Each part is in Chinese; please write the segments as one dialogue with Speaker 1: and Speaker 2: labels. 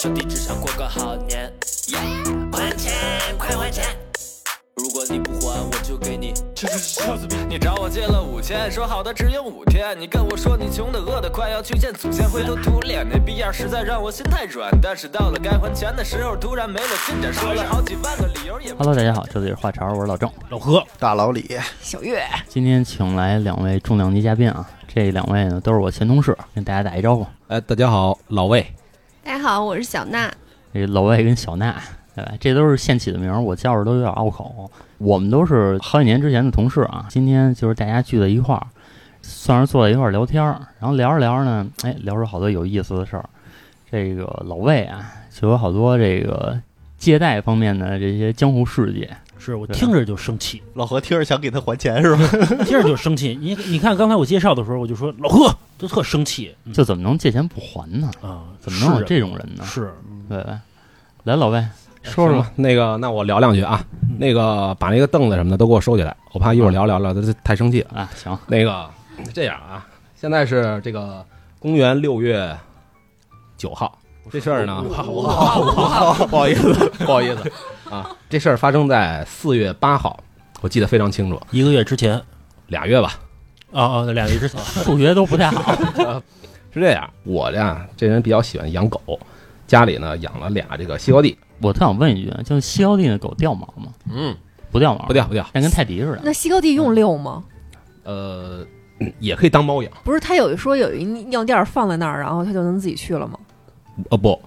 Speaker 1: 就地只想过个好年。还钱，快还钱！如果你不还，我就给你。
Speaker 2: 你找我借了五千，说好的只有五天。你跟我说你穷的饿的快要去见祖先，灰头土脸那逼样实在让我心太软。但是到了该还钱的时候，突然没了进展，说了好几万个理由也不。
Speaker 3: Hello，大家好，这里是话茬，我是老郑。
Speaker 4: 老何，
Speaker 5: 大老李，
Speaker 6: 小月，
Speaker 3: 今天请来两位重量级嘉宾啊，这两位呢都是我前同事，跟大家打一招呼。
Speaker 4: 哎，大家好，老魏，
Speaker 6: 大家好，我是小娜。
Speaker 3: 这老魏跟小娜，对吧？这都是现起的名儿，我叫着都有点拗口。我们都是好几年之前的同事啊，今天就是大家聚在一块儿，算是坐在一块儿聊天儿，然后聊着聊着呢，哎，聊出好多有意思的事儿。这个老魏啊，就有好多这个借贷方面的这些江湖事迹，
Speaker 4: 是我
Speaker 3: 对
Speaker 4: 听着就生气，
Speaker 5: 老何听着想给他还钱是吧？
Speaker 4: 听着就生气。你你看刚才我介绍的时候，我就说老何就特生气，嗯
Speaker 3: 就怎么能借钱不还呢？
Speaker 4: 啊，
Speaker 3: 怎么能有
Speaker 4: 是
Speaker 3: 这种人呢？
Speaker 4: 是
Speaker 3: 对吧？来，老魏，说说吧。
Speaker 7: 那个，那我聊两句啊。
Speaker 4: 嗯
Speaker 7: 那个，把那个凳子什么的都给我收起来，我怕一会儿聊聊聊
Speaker 4: 嗯
Speaker 7: 的太生气了。
Speaker 3: 啊，行，
Speaker 7: 那个，这样啊，现在是这个公元六月九号，这事儿呢，
Speaker 5: 我我
Speaker 7: 不好意思， 不好意思啊，这事儿发生在四月八号，我记得非常清楚，
Speaker 4: 一个月之前
Speaker 7: 俩月吧。
Speaker 4: 啊啊，那俩月之前
Speaker 3: 数学都不太好。
Speaker 7: 是这样，我呀这人比较喜欢养狗，家里呢养了俩这个西高地，
Speaker 3: 我特想问一句，啊就是西高地那狗掉毛吗？
Speaker 7: 嗯，
Speaker 3: 不掉毛，啊
Speaker 7: 不掉，不啊掉，
Speaker 3: 但跟泰迪似的。
Speaker 6: 那西高地用遛吗？
Speaker 7: 呃，也可以当猫养。
Speaker 6: 不是，他有一说有一尿垫儿放在那儿，然后他就能自己去了吗？
Speaker 7: 呃，不，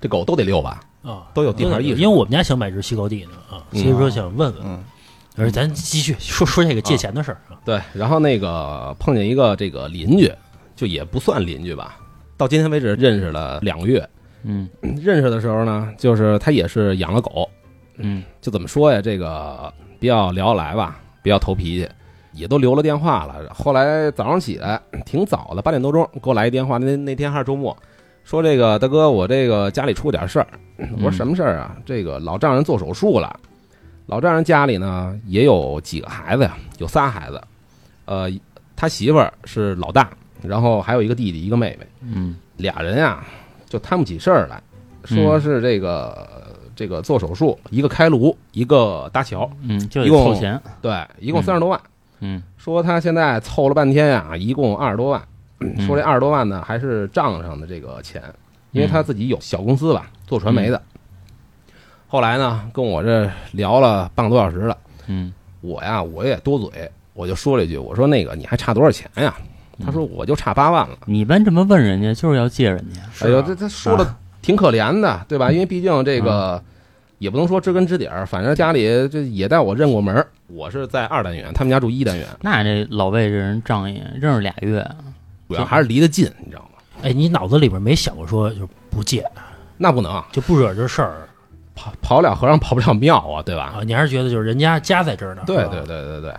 Speaker 7: 这狗都得遛吧，
Speaker 4: 啊，
Speaker 7: 都有地盘意
Speaker 4: 因
Speaker 7: 识
Speaker 4: 为。我们家想买只西高地呢啊，所以说想问问。
Speaker 5: 嗯，
Speaker 4: 而咱继续说说这个借钱的事儿
Speaker 3: 嗯
Speaker 4: 啊，
Speaker 7: 对，然后那个碰见一个这个邻居，就也不算邻居吧，到今天为止认识了两个月。
Speaker 3: 嗯
Speaker 7: 认识的时候呢，就是他也是养了狗，
Speaker 3: 嗯，
Speaker 7: 就怎么说呀，这个比较聊得来吧，比较投脾气，也都留了电话了。后来早上起来 挺早的，八点多钟给我来一电话，那那天还是周末，说这个大哥，我这个家里出点事儿。我说什么事儿啊？这个老丈人做手术了，老丈人家里呢也有几个孩子呀，有仨孩子，呃，他媳妇儿是老大，然后还有一个弟弟，一个妹妹。
Speaker 3: 嗯
Speaker 7: 俩人啊，就摊不起事儿来，说是这个、这个做手术，一个开颅，一个搭桥，
Speaker 3: 嗯，就得
Speaker 7: 一共
Speaker 3: 凑钱。
Speaker 7: 对，一共
Speaker 3: 嗯
Speaker 7: 三十多万。
Speaker 3: 嗯
Speaker 7: 说他现在凑了半天呀、一共二十多万。
Speaker 3: 嗯
Speaker 7: 说这二十多万呢，还是账上的这个钱，因为他自己有小公司吧，做传媒的。
Speaker 3: 嗯
Speaker 7: 后来呢，跟我这聊了半个多小时了，
Speaker 3: 嗯，
Speaker 7: 我呀我也多嘴，我就说了一句，我说那个你还差多少钱呀？他
Speaker 3: 嗯
Speaker 7: 说我就差八万了。
Speaker 3: 你一般这么问人家，就是要借人家。
Speaker 7: 哎呦，这这说的挺可怜的，对吧？因为毕竟这个也不能说知根知底儿，反正家里这也带我认过门儿。我是在二单元，他们家住一单元，
Speaker 3: 那这老魏这人仗义，认识俩月，
Speaker 7: 主要还是离得近，你知道吗？
Speaker 4: 哎，你脑子里边没想过说就不借，
Speaker 7: 那不能
Speaker 4: 就不惹这事儿
Speaker 7: 跑啊跑了和尚跑不了庙啊，对吧？
Speaker 4: 啊？你还是觉得就是人家家在这儿呢？
Speaker 7: 对
Speaker 4: 是吧
Speaker 7: 对对对对，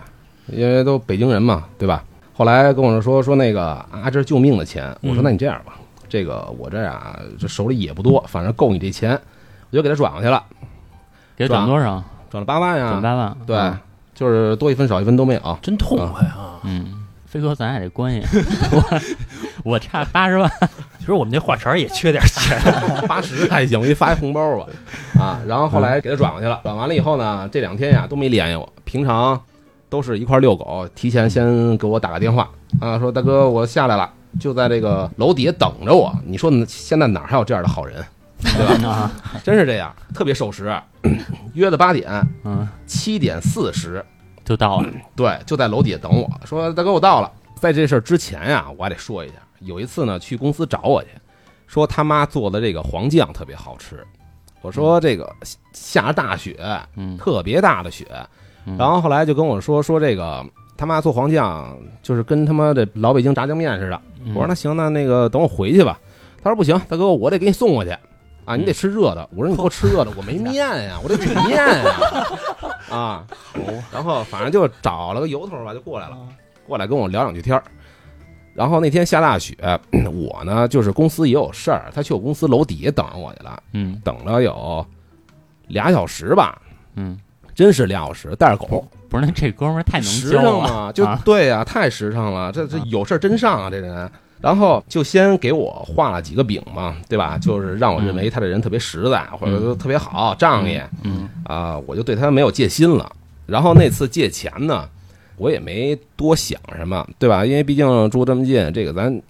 Speaker 7: 因为都北京人嘛，对吧？后来跟我说说那个啊，这是救命的钱。我说
Speaker 4: 嗯
Speaker 7: 那你这样吧，这个我这啊这手里也不多，反正够你这钱，我就给他转过去了，
Speaker 3: 给转多少？
Speaker 7: 转了八万嗯
Speaker 3: 转
Speaker 7: 呀。
Speaker 3: 八万。
Speaker 7: 对，就是多一分少一分都没有。
Speaker 4: 真痛快啊！
Speaker 3: 嗯，飞哥，咱俩这关系， 我我差八十万。
Speaker 7: 嗯
Speaker 4: 其实我们这话茬儿也缺点钱，
Speaker 7: 八十还行，我给你发一红包吧，啊，然后后来给他转过去了，转完了以后呢，这两天呀都没联系我，平常都是一块儿遛狗，提前先给我打个电话啊，说大哥我下来了，就在这个楼底下等着我，你说现在哪还有这样的好人，对吧？
Speaker 3: 啊，
Speaker 7: 真是这样，特别守时， 约的八点，
Speaker 3: 嗯，
Speaker 7: 七点四十，
Speaker 3: 就到了。
Speaker 7: 对，就在楼底下等我，说大哥我到了。在这事儿之前呀、我还得说一下，有一次呢去公司找我去，说他妈做的这个黄酱特别好吃。我说这个下下着大雪，
Speaker 3: 嗯，
Speaker 7: 特别大的雪，
Speaker 3: 嗯
Speaker 7: 然后后来就跟我说说这个他妈做黄酱就是跟他妈的老北京炸酱面似的。
Speaker 3: 嗯
Speaker 7: 我说那行，那那个等我回去吧。他说不行，大哥，我得给你送过去啊，你得吃热的。我说你给我吃热的，我没面呀，我得煮面呀。啊，然后反正就找了个由头吧，就过来了，过来跟我聊两句天儿。然后那天下大雪，呃我呢就是公司也有事儿，他去我公司楼底下等着我去了，
Speaker 3: 嗯
Speaker 7: 等了有俩小时吧，
Speaker 3: 嗯，
Speaker 7: 真是俩小时，带着狗，
Speaker 3: 不是，那这哥们儿太能
Speaker 7: 实
Speaker 3: 交
Speaker 7: 诚
Speaker 3: 了
Speaker 7: 嘛，就
Speaker 3: 啊
Speaker 7: 对呀、太实诚了，这这
Speaker 3: 啊
Speaker 7: 有事儿真上啊，这人。然后就先给我画了几个饼嘛，对吧？就是让我认为他这人特别实在，或者说特别好，仗义
Speaker 3: 嗯
Speaker 7: 啊、我就对他没有戒心了。然后那次借钱呢，我也没多想什么，对吧？因为毕竟住这么近，这个咱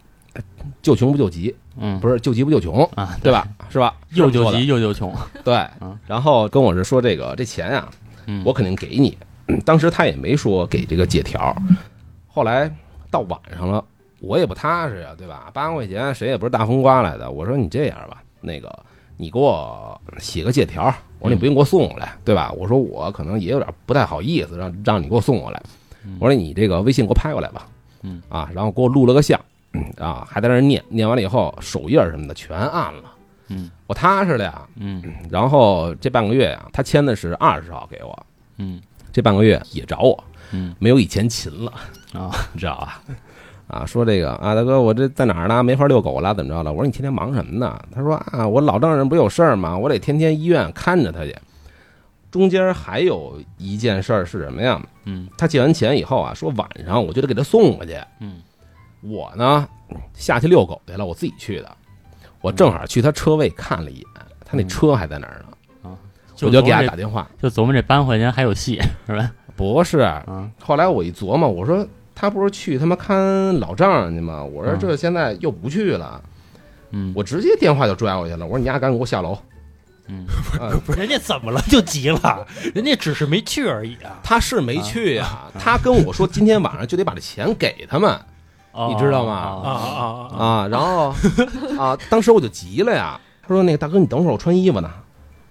Speaker 7: 救穷不救急，
Speaker 3: 嗯，
Speaker 7: 不是救急不救穷，
Speaker 3: 是啊，
Speaker 7: 对吧？是吧？
Speaker 3: 又救
Speaker 7: 说的
Speaker 3: 急又救穷，
Speaker 7: 对
Speaker 3: 嗯，
Speaker 7: 然后跟我是说这个这钱啊呀、
Speaker 3: 嗯，
Speaker 7: 我肯定给你。嗯当时他也没说给这个借条，后来到晚上了，我也不踏实呀，对吧？八万块钱谁也不是大风刮来的。我说你这样吧，那个你给我写个借条，我说你不用给我送过来，对吧？我说我可能也有点不太好意思，让让你给我送过来。我说你这个微信给我拍过来吧，
Speaker 3: 嗯
Speaker 7: 啊，然后给我录了个像，嗯啊，还在那儿念，念完了以后手印儿什么的全按了，
Speaker 3: 嗯，
Speaker 7: 我踏实了呀。
Speaker 3: 嗯
Speaker 7: 然后这半个月呀、他签的是二十号给我，
Speaker 3: 嗯
Speaker 7: 这半个月也找我，
Speaker 3: 嗯
Speaker 7: 没有以前勤了
Speaker 3: 啊，
Speaker 7: 你知道吧？ 啊，说这个啊，大哥，我这在哪儿呢？没法遛狗了，怎么着了？我说你天天忙什么呢？他说啊，我老丈人不有事儿吗？我得天天医院看着他去。中间还有一件事儿是什么呀？
Speaker 3: 嗯
Speaker 7: 他借完钱以后啊，说晚上我就得给他送回去。
Speaker 3: 嗯，
Speaker 7: 我呢下去遛狗去了，我自己去的。我正好去他车位看了一眼，他那车还在那儿呢，我就给
Speaker 3: 琢
Speaker 7: 他
Speaker 3: 磨
Speaker 7: 打电话。
Speaker 3: 这就琢磨这搬回去还有戏是吧？
Speaker 7: 不是，
Speaker 3: 啊，
Speaker 7: 后来我一琢磨，我说他不是去他妈看老丈人去吗？我说
Speaker 3: 嗯
Speaker 7: 这现在又不去了，
Speaker 3: 嗯，
Speaker 7: 我直接电话就拽过去了。我说你丫赶紧给我下楼。
Speaker 3: 嗯
Speaker 4: 人家怎么了就急 了？人家只是没去而已啊，
Speaker 7: 他是没去呀、啊他跟我说今天晚上就得把这钱给他们
Speaker 3: 哦
Speaker 7: 你知道吗
Speaker 4: 啊
Speaker 3: 哦
Speaker 4: 啊啊！
Speaker 7: 啊。然后啊，当时我就急了呀。他说那个大哥，你等会儿我穿衣服呢。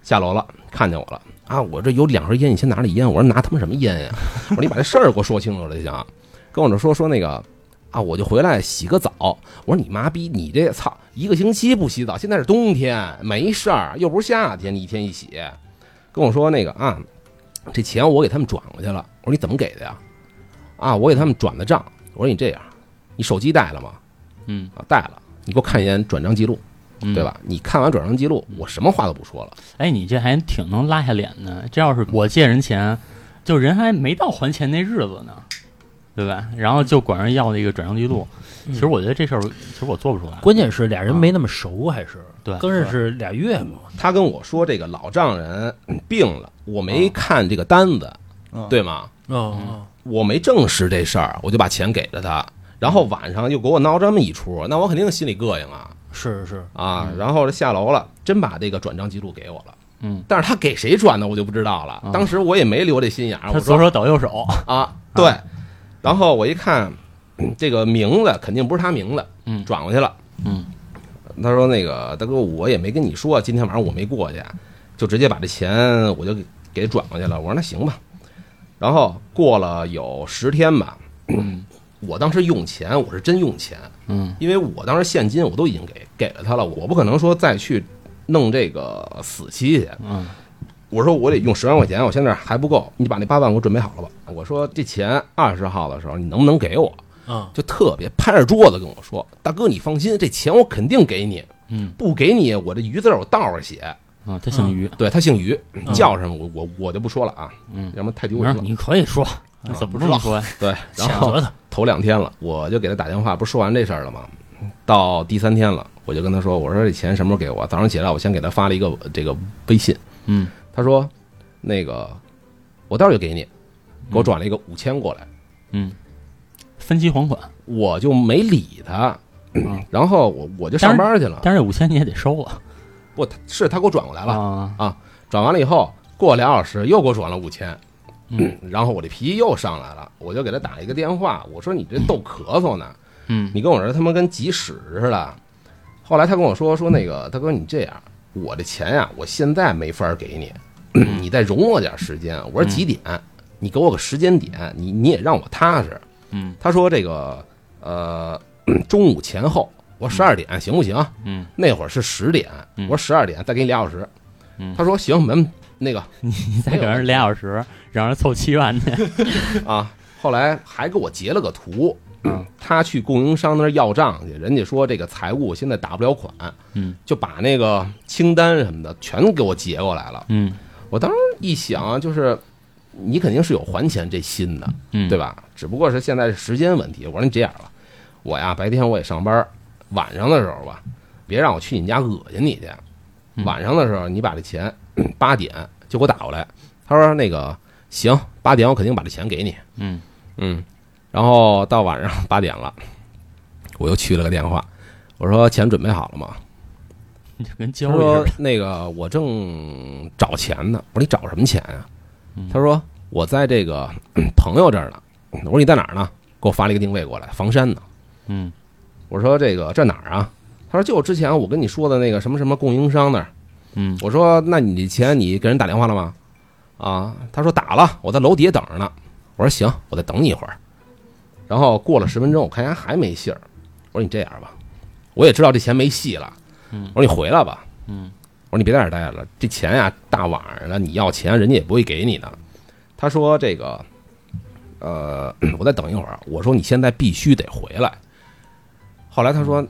Speaker 7: 下楼了，看见我了啊！我这有两盒烟，你先拿着烟。我说拿他妈什么烟呀？ 我说你把这事儿给我说清楚了就行。跟我这说说那个啊，我就回来洗个澡。我说你妈逼，你这操一个星期不洗澡，现在是冬天，没事儿，又不是夏天，你一天一洗。跟我说那个啊，这钱我给他们转过去了。我说你怎么给的呀？啊，我给他们转的账。我说你这样，你手机带了吗？
Speaker 3: 嗯
Speaker 7: 啊，带了。你给我看一眼转账记录，
Speaker 3: 嗯
Speaker 7: 对？吧？你看完转账记录，我什么话都不说了。
Speaker 3: 哎，你这还挺能拉下脸的。这要是我借人钱，就人还没到还钱那日子呢，对吧？然后就管人要那个转账记录。
Speaker 4: 嗯
Speaker 3: 其实我觉得这事儿，其实我做不出来。
Speaker 4: 关键是俩人没那么熟，还是
Speaker 3: 对，
Speaker 4: 刚认识俩月嘛。
Speaker 7: 他跟我说这个老丈人嗯病了，我
Speaker 3: 嗯
Speaker 7: 没看这个单子，
Speaker 5: 嗯
Speaker 7: 对吗？
Speaker 4: 哦，
Speaker 7: 我没证实这事儿，我就把钱给了他，然后晚上又给我闹这么一出，那我肯定心里膈应啊
Speaker 4: 是是，
Speaker 7: 啊！然后下楼了，真把这个转账记录给我了。
Speaker 3: 嗯，
Speaker 7: 但是他给谁转的我就不知道了
Speaker 3: 啊。
Speaker 7: 当时我也没留这心眼儿，
Speaker 3: 他
Speaker 7: 我
Speaker 3: 左
Speaker 7: 说
Speaker 3: 手倒右手，
Speaker 7: 啊，对。然后我一看，嗯这个名字肯定不是他名字，
Speaker 3: 嗯
Speaker 7: 转过去了。
Speaker 3: 嗯，
Speaker 7: 他说那个大哥，我也没跟你说，今天晚上我没过去，就直接把这钱我就给给转过去了。我说那行吧。然后过了有十天吧，我当时用钱，我是真用钱，
Speaker 3: 嗯
Speaker 7: 因为我当时现金我都已经给给了他了，我不可能说再去弄这个死期去。
Speaker 3: 嗯
Speaker 7: 我说我得用十万块钱，我现在还不够，你把那八万给我准备好了吧？我说这钱二十号的时候你能不能给我？
Speaker 4: 啊，
Speaker 7: 就特别拍着桌子跟我说：“大哥，你放心，这钱我肯定给你，
Speaker 3: 嗯
Speaker 7: 不给你我这鱼字儿我倒着写。
Speaker 3: 啊，他姓于，”
Speaker 7: 对他姓于
Speaker 4: 嗯，
Speaker 7: 叫什么我我我就不说了啊，
Speaker 3: 嗯，
Speaker 7: 要么太丢
Speaker 3: 不是
Speaker 7: 人了。
Speaker 3: 你可以说，
Speaker 7: 啊
Speaker 3: 你怎么这么说呀？
Speaker 7: 对，然
Speaker 4: 谴
Speaker 7: 后
Speaker 4: 责他，
Speaker 7: 头两天了，我就给他打电话，不是说完这事儿了吗？到第三天了，我就跟他说：“我说这钱什么时候给我？”早上起来，我先给他发了一个呃这个微信，
Speaker 3: 嗯
Speaker 7: 他说：“那个，我待会儿就给你。”给我转了一个五千过来，
Speaker 3: 嗯，分期还款，
Speaker 7: 我就没理他
Speaker 3: 嗯。
Speaker 7: 然后我我就上班去了，
Speaker 3: 但是这五千你也得收了
Speaker 7: 不，他是他给我转过来了，
Speaker 3: 啊。
Speaker 7: 转完了以后，过俩小时又给我转了五千，
Speaker 3: 嗯
Speaker 7: 然后我这皮又上来了，我就给他打一个电话，我说你这逗咳嗽呢，
Speaker 3: 嗯
Speaker 7: 你跟我这他妈跟急屎似的。后来他跟我说说那个大哥，你这样，我这钱呀、我现在没法给你，
Speaker 3: 嗯
Speaker 7: 你再容我点时间。我说几点？你给我个时间点，你你也让我踏实。
Speaker 3: 嗯
Speaker 7: 他说这个呃中午前后，我十二点行不行？
Speaker 3: 嗯，
Speaker 7: 那会儿是十点，
Speaker 3: 嗯
Speaker 7: 我说十二点再给你俩小时
Speaker 3: 嗯。
Speaker 7: 他说行，没那个
Speaker 3: 你再给人俩小时，让人凑七万去，
Speaker 7: 啊，后来还给我截了个图
Speaker 3: 嗯。
Speaker 7: 他去供应商那儿要账去，人家说这个财务现在打不了款，
Speaker 3: 嗯
Speaker 7: 就把那个清单什么的全给我截过来了。
Speaker 3: 嗯
Speaker 7: 我当时一想，就是你肯定是有还钱这心的，
Speaker 3: 嗯，
Speaker 7: 对吧？只不过是现在是时间问题。我说你这样吧，我呀白天我也上班，晚上的时候吧，别让我去你家恶心你去。
Speaker 3: 嗯
Speaker 7: 晚上的时候你把这钱八点就给我打过来。他说那个行，八点我肯定把这钱给你。
Speaker 3: 嗯
Speaker 7: 嗯，然后到晚上八点了，我又去了个电话，我说钱准备好了吗？
Speaker 3: 你就跟
Speaker 7: 他
Speaker 3: 交易似
Speaker 7: 说
Speaker 3: 的，
Speaker 7: 那个我正找钱呢。我说你找什么钱啊？他说我在这个嗯朋友这儿呢。我说你在哪儿呢？给我发了一个定位过来，房山呢。
Speaker 3: 嗯
Speaker 7: 我说这个这哪儿啊？他说就之前我跟你说的那个什么什么供应商那儿。
Speaker 3: 嗯
Speaker 7: 我说那你这钱你给人打电话了吗？啊，他说打了，我在楼底下等着呢。我说行，我再等你一会儿。然后过了十分钟，我看人家还没信儿，我说你这样吧，我也知道这钱没戏了，
Speaker 3: 嗯
Speaker 7: 我说你回来吧，
Speaker 3: 嗯，
Speaker 7: 我说你别在这儿待着了，这钱呀、大晚上的你要钱，人家也不会给你的。他说这个，呃， 我再等一会儿。我说你现在必须得回来。后来他说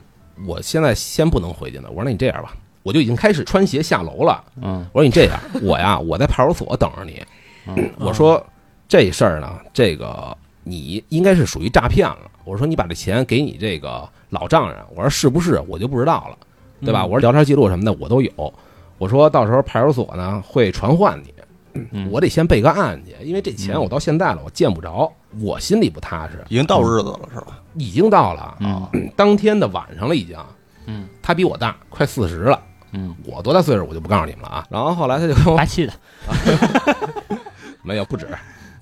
Speaker 7: 我现在先不能回去呢。我说那你这样吧，我就已经开始穿鞋下楼了。
Speaker 3: 嗯
Speaker 7: 我说你这样，我呀， 我在派出所等着你。
Speaker 3: 嗯
Speaker 7: 我说这事儿呢，这个你应该是属于诈骗了。我说你把这钱给你这个老丈人，我说是不是？我就不知道了，对吧？
Speaker 4: 嗯
Speaker 7: 我说聊天记录什么的我都有。我说到时候派出所呢会传唤你，
Speaker 3: 嗯，
Speaker 7: 我得先备个案去，因为这钱
Speaker 3: 嗯
Speaker 7: 我到现在了我见不着，我心里不踏实。
Speaker 5: 已经到日子了是吧？
Speaker 7: 已经到了
Speaker 3: 嗯
Speaker 7: 当天的晚上了，已经。
Speaker 3: 嗯，
Speaker 7: 他比我大，快四十了。
Speaker 3: 嗯，
Speaker 7: 我多大岁数我就不告诉你们了啊。然后后来他就跟我
Speaker 3: 八七的，
Speaker 7: 没有不止。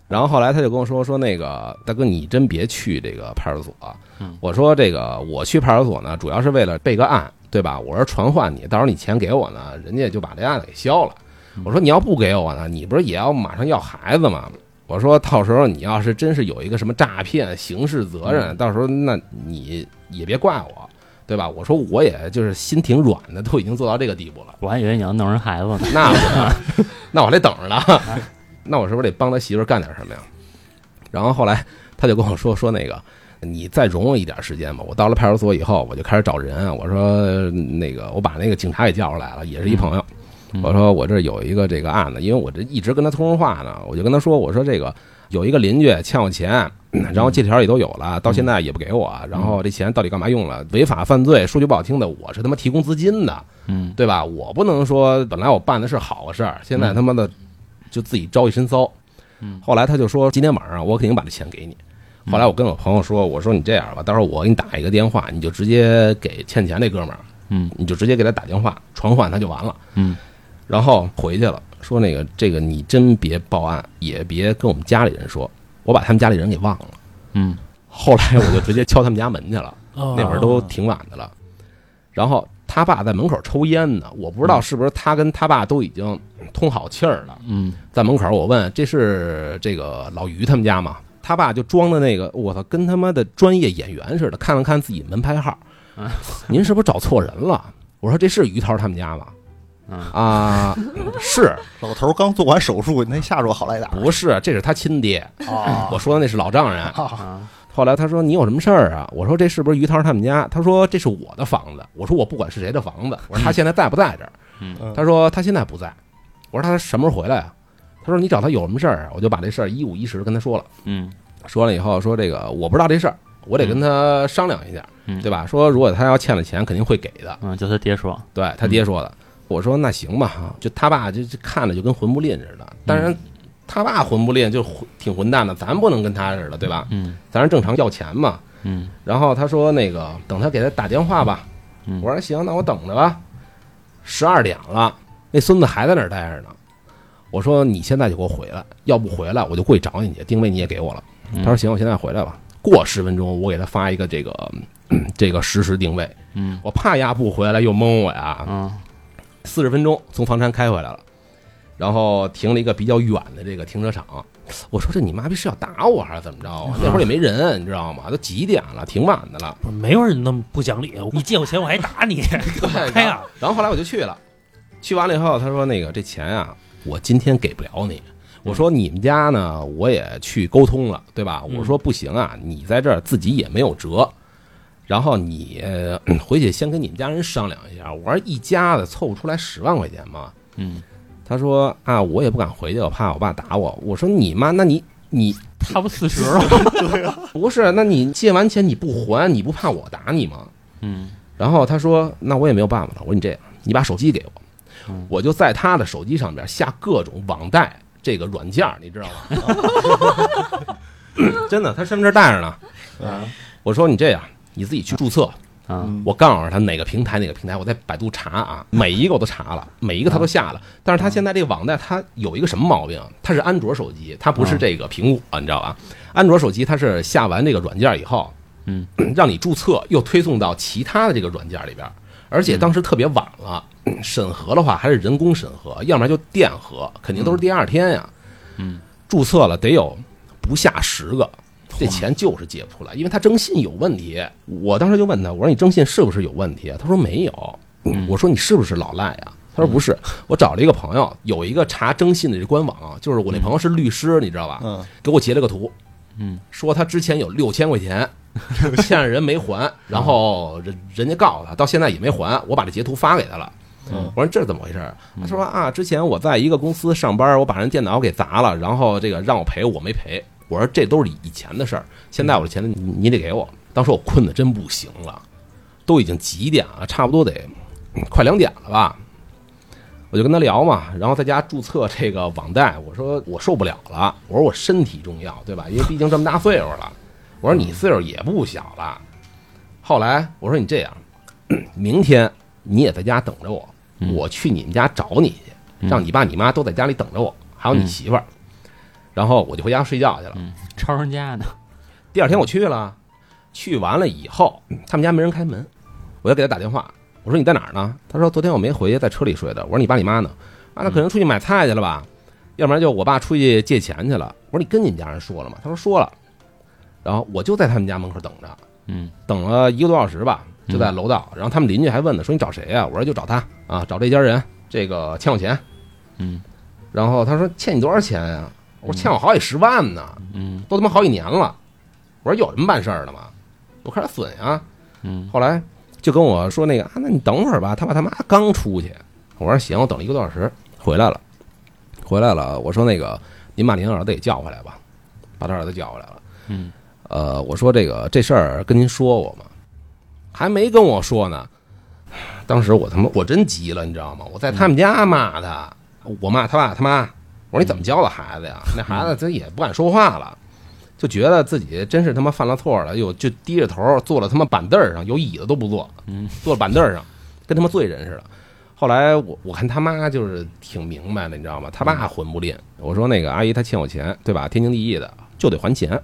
Speaker 7: 然后后来他就跟我说说那个大哥，你真别去这个派出所。
Speaker 3: 嗯
Speaker 7: 我说这个我去派出所呢，主要是为了备个案，对吧？我说传唤你，到时候你钱给我呢，人家就把这案子给消了。我说你要不给我呢，你不是也要马上要孩子吗？我说到时候你要是真是有一个什么诈骗、刑事责任，到时候那你也别怪我，对吧？我说我也就是心挺软的，都已经做到这个地步了。
Speaker 3: 我还以为你要弄人孩子呢。
Speaker 7: 那我那我还得等着呢，那我是不是得帮他媳妇儿干点什么呀？然后后来他就跟我说说那个，你再容我一点时间吧。我到了派出所以后，我就开始找人。我说呃那个，我把那个警察给叫出来了，也是一朋友。
Speaker 3: 嗯
Speaker 7: 我说我这有一个这个案子，因为我这一直跟他通话呢，我就跟他说，我说这个有一个邻居欠我钱，然后借条也都有了，到现在也不给我，啊然后这钱到底干嘛用了？违法犯罪，说句不好听的，我是他妈提供资金的，
Speaker 3: 嗯
Speaker 7: 对吧？我不能说本来我办的是好事儿，现在他妈的就自己招一身骚。
Speaker 3: 嗯
Speaker 7: 后来他就说今天晚上我肯定把这钱给你。后来我跟我朋友说，我说你这样吧，到时候我给你打一个电话，你就直接给欠钱这哥们儿，
Speaker 3: 嗯
Speaker 7: 你就直接给他打电话传唤他就完了。
Speaker 3: 嗯
Speaker 7: 然后回去了，说那个这个你真别报案，也别跟我们家里人说，我把他们家里人给忘了。
Speaker 3: 嗯
Speaker 7: 后来我就直接敲他们家门去了。
Speaker 4: 哦
Speaker 7: 那会儿都挺晚的了。然后他爸在门口抽烟呢，我不知道是不是他跟他爸都已经通好气儿了，
Speaker 3: 嗯
Speaker 7: 在门口我问这是这个老于他们家吗？他爸就装的那个，我操，跟他妈的专业演员似的，看了看自己门牌号
Speaker 3: 啊，
Speaker 7: 您是不是找错人了？我说这是于涛他们家吗？
Speaker 3: 嗯
Speaker 7: 啊，是
Speaker 5: 老头儿刚做完手术，那下属好赖点儿
Speaker 7: 不是？这是他亲爹，
Speaker 5: 啊
Speaker 7: 我说的那是老丈人。
Speaker 3: 啊
Speaker 7: 后来他说你有什么事儿啊？我说这是不是于涛他们家？他说这是我的房子。我说我不管是谁的房子。我说他现在在不在这儿？
Speaker 5: 嗯
Speaker 7: 他说他现在不在。我说他什么时候回来啊？他说你找他有什么事儿啊？我就把这事儿一五一十地跟他说了。
Speaker 3: 嗯
Speaker 7: 说了以后说这个我不知道这事儿，我得跟他商量一下，
Speaker 3: 嗯
Speaker 7: 对吧？说如果他要欠了钱，肯定会给的。
Speaker 3: 嗯，就他爹说，
Speaker 7: 对他爹说的。我说那行吧，就他爸就就看着就跟魂不吝似的。当然，他爸魂不吝就混挺混蛋的，咱不能跟他似的，对吧？
Speaker 3: 嗯
Speaker 7: 咱是正常要钱嘛。
Speaker 3: 嗯
Speaker 7: 然后他说那个等他给他打电话吧。
Speaker 3: 嗯
Speaker 7: 我说行，那我等着吧。十二点了，那孙子还在那儿待着呢。我说你现在就给我回来，要不回来我就过去找你去，定位你也给我了。
Speaker 3: 嗯
Speaker 7: 他说行，我现在回来吧。过十分钟我给他发一个这个 嗯这个实时定位，
Speaker 3: 嗯
Speaker 7: 我怕丫不回来又蒙我呀。
Speaker 3: 啊
Speaker 7: 四十分钟从房山开回来了，然后停了一个比较远的这个停车场。我说这你妈逼是要打我还是怎么着啊？那会儿也没人，你知道吗？都几点了，挺晚的了。
Speaker 4: 不是没有人那么不讲理，啊你借我钱我还打你， 干嘛
Speaker 7: 然
Speaker 4: 呀
Speaker 7: 后？然后后来我就去了，去完了以后，他说那个这钱啊，我今天给不了你。我说你们家呢，我也去沟通了，对吧？
Speaker 4: 嗯
Speaker 7: 我说不行啊，你在这儿自己也没有辙，然后你呃 回去先跟你们家人商量一下。我说一家子凑不出来十万块钱嘛。
Speaker 3: 嗯
Speaker 7: 他说啊，我也不敢回去，我怕我爸打我。我说你妈，那你你
Speaker 3: 差不四十了。
Speaker 7: 不是，那你借完钱你不还，你不怕我打你吗？
Speaker 3: 嗯
Speaker 7: 然后他说：“那我也没有办法了。”我说：“你这样，你把手机给我
Speaker 3: 嗯，
Speaker 7: 我就在他的手机上边下各种网贷这个软件儿，你知道吗？真的，他身份证带着呢。我说你这样，你自己去注册。
Speaker 3: 啊，
Speaker 5: 嗯
Speaker 7: 我告诉他哪个平台哪个平台，我在百度查啊，每一个我都查了，每一个他都下了。但是他现在这个网贷，他有一个什么毛病？他是安卓手机，他不是这个苹果，你知道吧？安卓手机它是下完这个软件以后，
Speaker 3: 嗯，
Speaker 7: 让你注册，又推送到其他的这个软件里边儿，而且当时特别晚了，审核的话还是人工审核，要不然就电核，肯定都是第二天呀。
Speaker 3: 嗯，
Speaker 7: 注册了得有不下十个，这钱就是借不出来，因为他征信有问题。我当时就问他，我说你征信是不是有问题啊？他说没有。我说你是不是老赖啊？他说不是，我找了一个朋友，有一个查征信的这官网，就是我那朋友是律师，你知道吧？
Speaker 5: 嗯，
Speaker 7: 给我截了个图，
Speaker 3: 嗯，
Speaker 7: 说他之前有六千块钱欠着人没还，然后人人家告诉他，到现在也没还，我把这截图发给他了。
Speaker 5: 嗯
Speaker 7: 我说这是怎么回事儿？他说啊，之前我在一个公司上班，我把人电脑给砸了，然后这个让我赔，我没赔。我说这都是以前的事儿，现在我的钱你你得给我。当时我困得真不行了，都已经几点了，差不多得嗯快两点了吧。我就跟他聊嘛，然后在家注册这个网贷，我说我受不了了，我说我身体重要，对吧？因为毕竟这么大岁数了，我说你岁数也不小了。后来我说你这样， 明天你也在家等着我，
Speaker 3: 嗯
Speaker 7: 我去你们家找你去，
Speaker 3: 嗯
Speaker 7: 让你爸你妈都在家里等着我，还有你
Speaker 3: 嗯
Speaker 7: 媳妇儿。然后我就回家睡觉去了。
Speaker 3: 超人家的，
Speaker 7: 第二天我去了，去完了以后，他们家没人开门，我就给他打电话，我说你在哪儿呢？他说昨天我没回去，在车里睡的。我说你爸你妈呢？啊，那可能出去买菜去了吧，要不然就我爸出去借钱去了。我说你跟你们家人说了吗？他说说了，然后我就在他们家门口等着，
Speaker 3: 嗯
Speaker 7: 等了一个多小时吧，就在楼道。然后他们邻居还问呢，说你找谁呀、我说就找他啊，找这家人，这个欠我钱。
Speaker 3: 嗯
Speaker 7: 然后他说欠你多少钱呀、我说欠我好几十万呢。
Speaker 3: 嗯
Speaker 7: 都他妈好几年了。我说有什么办事儿的吗？我看他损啊。
Speaker 3: 嗯
Speaker 7: 后来就跟我说那个啊，那你等会儿吧，他爸他妈刚出去。我说行，我等了一个多小时，回来了，回来了。我说那个，您把您儿子给叫回来吧，把他儿子叫回来了。
Speaker 3: 嗯，
Speaker 7: 呃，我说这个这事儿跟您说过吗？还没跟我说呢。当时我他妈我真急了，你知道吗？我在他们家骂他，我骂他爸他妈。我说你怎么教的孩子呀？那孩子他也不敢说话了，就觉得自己真是他妈犯了错了，又就低着头坐了他妈板凳儿上，有椅子都不坐，
Speaker 3: 嗯
Speaker 7: 坐了板凳儿上，跟他妈罪人似的。后来我我看他妈就是挺明白的，你知道吗？他爸混不吝，我说那个阿姨她欠我钱，对吧？天经地义的就得还钱。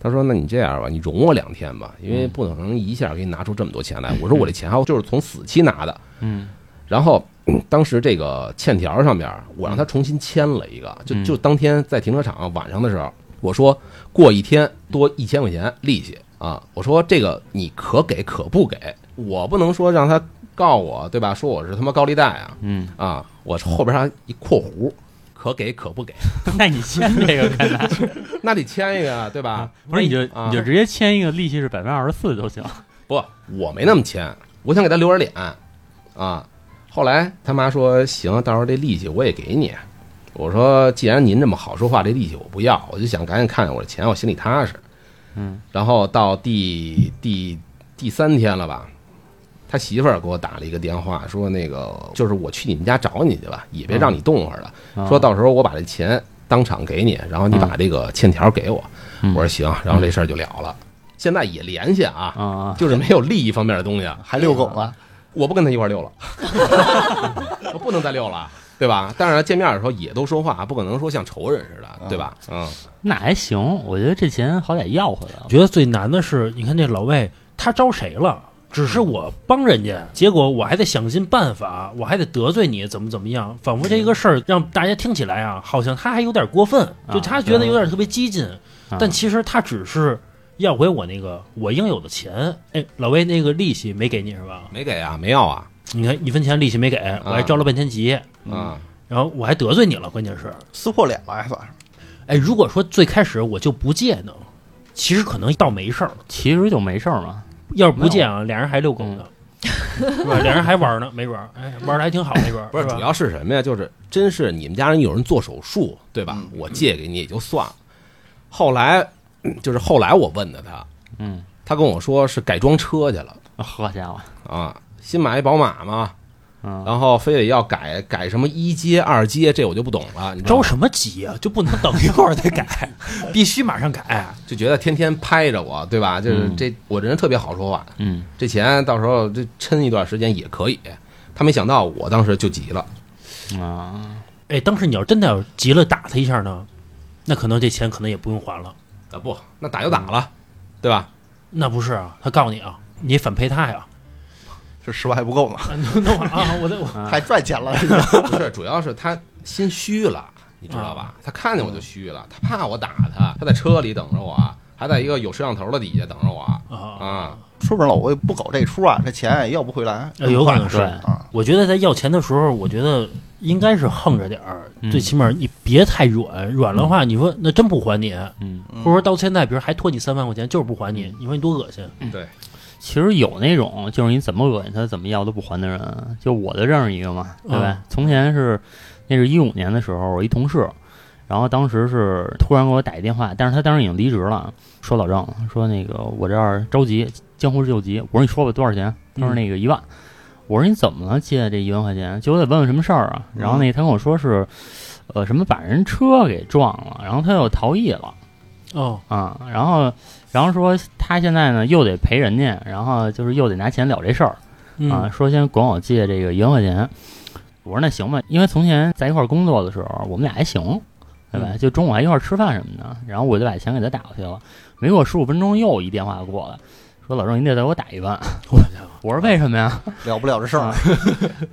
Speaker 7: 他说：“那你这样吧，你容我两天吧，因为不能一下给你拿出这么多钱来。”我说：“我这钱还就是从死期拿的，
Speaker 3: 嗯
Speaker 7: 然后嗯当时这个欠条上面，我让他重新签了一个，就
Speaker 3: 嗯
Speaker 7: 就当天在停车场晚上的时候，我说过一天多一千块钱利息啊，我说这个你可给可不给，我不能说让他告我对吧？说我是他妈高利贷啊
Speaker 3: 嗯，
Speaker 7: 啊！我后边还一括弧，可给可不给，
Speaker 3: 那你签这个干嘛？
Speaker 7: 那得签一个啊，对吧？
Speaker 3: 不是你就
Speaker 7: 啊
Speaker 3: 你就直接签一个利息是百分之二十四就行。
Speaker 7: 不，我没那么签，我想给他留点脸啊。后来他妈说行，到时候这利息我也给你。我说既然您这么好说话，这利息我不要，我就想赶紧看见我的钱，我心里踏实。
Speaker 3: 嗯，
Speaker 7: 然后到第第第三天了吧，他媳妇儿给我打了一个电话，说那个就是我去你们家找你去吧，也别
Speaker 3: 嗯
Speaker 7: 让你动会儿了。说到时候我把这钱当场给你，然后你把这个欠条给我。
Speaker 3: 嗯
Speaker 7: 我说行，然后这事儿就了了。现在也联系啊，
Speaker 3: 啊啊，
Speaker 7: 就是没有利益方面的东西，啊
Speaker 5: 还遛狗了，
Speaker 7: 我不跟他一块儿溜了， 我不能再溜了，对吧？但是见面的时候也都说话，不可能说像仇人似的，对吧？嗯，
Speaker 3: 那还行，我觉得这钱好歹要回来
Speaker 4: 我
Speaker 3: 了。
Speaker 4: 觉得最难的是，你看这老魏他招谁了？只是我帮人家，结果我还得想尽办法，我还得得罪你，怎么怎么样？仿佛这个事儿让大家听起来啊，好像他还有点过分，就他觉得有点特别激进，
Speaker 3: 啊
Speaker 4: 但其实他只是要回我那个我应有的钱。哎，老魏那个利息没给你是吧？
Speaker 7: 没给啊，没要啊，
Speaker 4: 你看一分钱利息没给，我还着了半天急，
Speaker 5: 嗯
Speaker 7: 啊，
Speaker 4: 然后我还得罪你了，关键是，
Speaker 5: 撕破脸了还算是。
Speaker 4: 哎，如果说最开始我就不借呢，其实可能倒没事儿。
Speaker 3: 其实就没事儿嘛。
Speaker 4: 要是不见啊，俩人还遛狗呢， 是吧？俩人还玩呢，没准儿，哎，玩的还挺好，没准儿，
Speaker 7: 不是，
Speaker 4: 吧
Speaker 7: 主要是什么呀？就是真是你们家人有人做手术，对吧
Speaker 5: 嗯？
Speaker 7: 我借给你也就算了，后来嗯就是后来我问的他，
Speaker 3: 嗯，
Speaker 7: 他跟我说是改装车去了
Speaker 3: 好家伙，
Speaker 7: 啊，新买一宝马嘛，
Speaker 3: 嗯，
Speaker 7: 然后非得要改改什么一阶、二阶，这我就不懂了。你知道
Speaker 4: 着
Speaker 7: 吗
Speaker 4: 什么急啊？就不能等一会儿再改，必须马上改。
Speaker 7: 就觉得天天拍着我，对吧？就是
Speaker 3: 嗯
Speaker 7: 这我这人特别好说话，
Speaker 3: 嗯，
Speaker 7: 这钱到时候这抻一段时间也可以。他没想到我当时就急了，
Speaker 3: 啊，
Speaker 4: 哎，当时你要真的要急了打他一下呢，那可能这钱可能也不用还了。
Speaker 7: 啊不，那打就打了，对吧？
Speaker 4: 那不是啊，他告你啊，你反赔他 呀。
Speaker 5: 这十万还不够呢，
Speaker 4: 啊那那我啊，我得我
Speaker 5: 还赚钱了。
Speaker 7: 不是，主要是他心虚了，你知道吧？他看见我就虚了，他怕我打他，他在车里等着我，还在一个有摄像头的底下等着我
Speaker 4: 啊，
Speaker 7: 啊。
Speaker 5: 说不准老魏不搞这出啊，这钱也要不回来。
Speaker 4: 呃有可能
Speaker 3: 对
Speaker 4: 是。，
Speaker 5: 啊，
Speaker 4: 我觉得在要钱的时候，我觉得应该是横着点儿，
Speaker 3: 嗯
Speaker 4: 最起码你别太软，软的话，你说那真不还你，
Speaker 3: 嗯，
Speaker 5: 嗯
Speaker 4: 或者说到现在，比如还拖你三万块钱，就是不还你，你说你多恶心。
Speaker 3: 其实有那种就是你怎么恶心他怎么要都不还的人，就我就认识一个嘛，对吧？从前是那是一五年的时候，我一同事，然后当时是突然给我打一电话，但是他当时已经离职了，说老郑说那个我这儿着急，江湖救急，我说你说吧多少钱？他说那个一万。我说你怎么了？借的这一万块钱，结果得问问什么事儿啊？然后那他跟我说是，呃，什么把人车给撞了，然后他又逃逸了。
Speaker 4: 哦，
Speaker 3: 啊，然后然后说他现在呢又得赔人家，然后就是又得拿钱了这事儿
Speaker 4: 嗯
Speaker 3: 啊，说先管我借这个一万块钱。我说那行吧，因为从前在一块儿工作的时候，我们俩还行，对
Speaker 4: 嗯
Speaker 3: 吧？就中午还一块儿吃饭什么的，然后我就把钱给他打过去了。没过十五分钟，又一电话过来，说老郑，你得再给我打一万。
Speaker 4: 我家伙
Speaker 3: 我说为什么呀？
Speaker 5: 了不了这事儿
Speaker 3: 啊。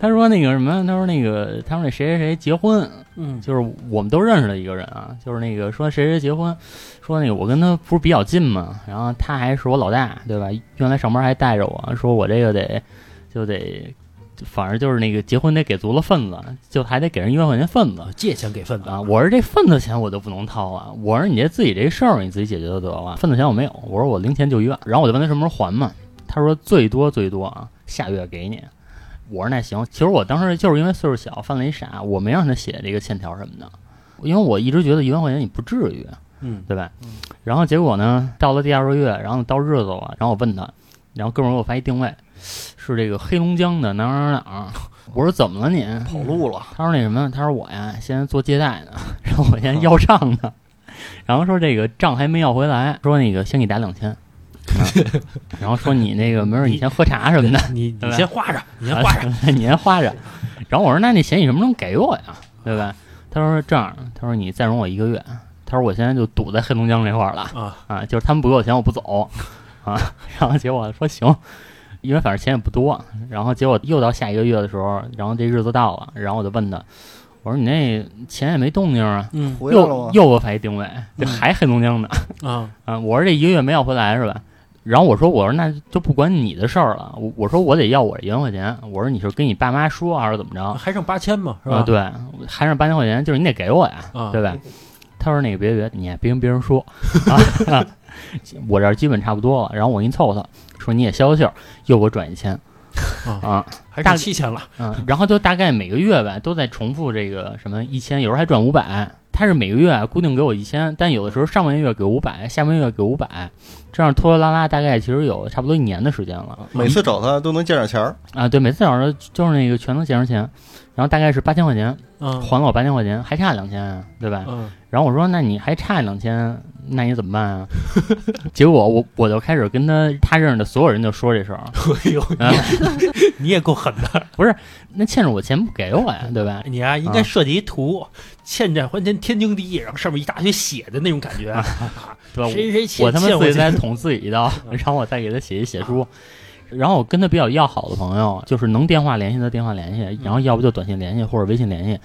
Speaker 3: 他说那个什么，他说那个，他说那谁谁谁结婚，
Speaker 4: 嗯，
Speaker 3: 就是我们都认识的一个人啊，就是那个说谁谁结婚，说那个我跟他不是比较近嘛，然后他还是我老大，对吧？原来上班还带着我说我这个得就得，反正就是那个结婚得给足了份子，就还得给人一万块钱份子
Speaker 4: 啊借钱给份子
Speaker 3: 啊。我说这份子钱我就不能掏啊，我说你这自己这事儿你自己解决就得了，份子钱我没有，我说我零钱就一万，然后我就问他什么时候还嘛，他说最多最多啊下月给你。我说那行，其实我当时就是因为岁数小犯了一傻，我没让他写这个欠条什么的，因为我一直觉得一万块钱你不至于，
Speaker 4: 嗯
Speaker 3: 对吧？然后结果呢，到了第二个月，然后到日子了，然后我问他，然后哥们儿给我发一定位，是这个黑龙江的哪儿哪儿哪儿。我说怎么了你？
Speaker 5: 跑路了，
Speaker 3: 他说那什么？他说我呀，现在做借贷呢，然后我现在要账呢， 然后说这个账还没要回来，说那个先给你打两千，啊 然后说你那个没事儿你先喝茶什么的，
Speaker 4: 你
Speaker 3: 对吧
Speaker 4: 你先花 着，你先花 着，
Speaker 3: 着，你先花着。然后我说那那钱你什么时候能给我呀？对吧？他说这样，他说你再容我一个月，他说我现在就堵在黑龙江这块儿了
Speaker 4: 啊
Speaker 3: 就是他们不给我钱我不走啊。 然后结果说行，因为反正钱也不多。然后结果又到下一个月的时候，然后这日子到了，然后我就问他，我说你那钱也没动静啊，
Speaker 4: 嗯
Speaker 5: 回来了
Speaker 3: 又
Speaker 5: 吗？嗯
Speaker 3: 又给我发一定位，这还黑龙江的。
Speaker 4: 啊，
Speaker 3: 啊，我说这一个月没要回来是吧？然后我说我说那就不管你的事儿了，我我说我得要我一万块钱，我说你是跟你爸妈说还是怎么着？
Speaker 4: 还剩八千嘛，是吧？
Speaker 3: 啊，对，还剩八千块钱，就是你得给我呀，
Speaker 4: 啊
Speaker 3: 对吧？他说那个别别，你还别跟别人 说啊， 我这儿基本差不多了，然后我给你凑凑，说你也消消气儿，又给我转一千，
Speaker 4: 啊
Speaker 3: 啊，
Speaker 4: 还
Speaker 3: 大
Speaker 4: 剩七千了，
Speaker 3: 嗯，然后就大概每个月吧，都在重复这个什么一千，有时候还赚五百。他是每个月啊固定给我一千，但有的时候上个月给五百，下个月给五百，这样拖拖拉拉，大概其实有差不多一年的时间了
Speaker 5: 每次找他都能见着钱儿，
Speaker 3: 啊。对，每次早上就是那个全能捡着钱，然后大概是八千块钱，
Speaker 4: 嗯
Speaker 3: 还了我八千块钱，还差两千啊，对吧？
Speaker 4: 嗯
Speaker 3: 然后我说那你还差两千， 那你怎么办啊？结果我我就开始跟他他认识的所有人就说这事儿，
Speaker 4: 哎 呦，
Speaker 3: 啊，
Speaker 4: 你 也够狠的，
Speaker 3: 那欠着我钱不给我呀，对吧？
Speaker 4: 你啊应该设计一图，欠债还钱天经地义，然后上面一大堆血的那种感觉，
Speaker 3: 对吧？
Speaker 4: 谁谁欠
Speaker 3: 我他妈
Speaker 4: 欠
Speaker 3: 自己
Speaker 4: 钱
Speaker 3: 再捅自己一刀，
Speaker 4: 嗯
Speaker 3: 然后我再给他写一写书。然后我跟他比较要好的朋友，就是能电话联系的电话联
Speaker 4: 嗯
Speaker 3: 系，然后要不就短信联系或者微信联系。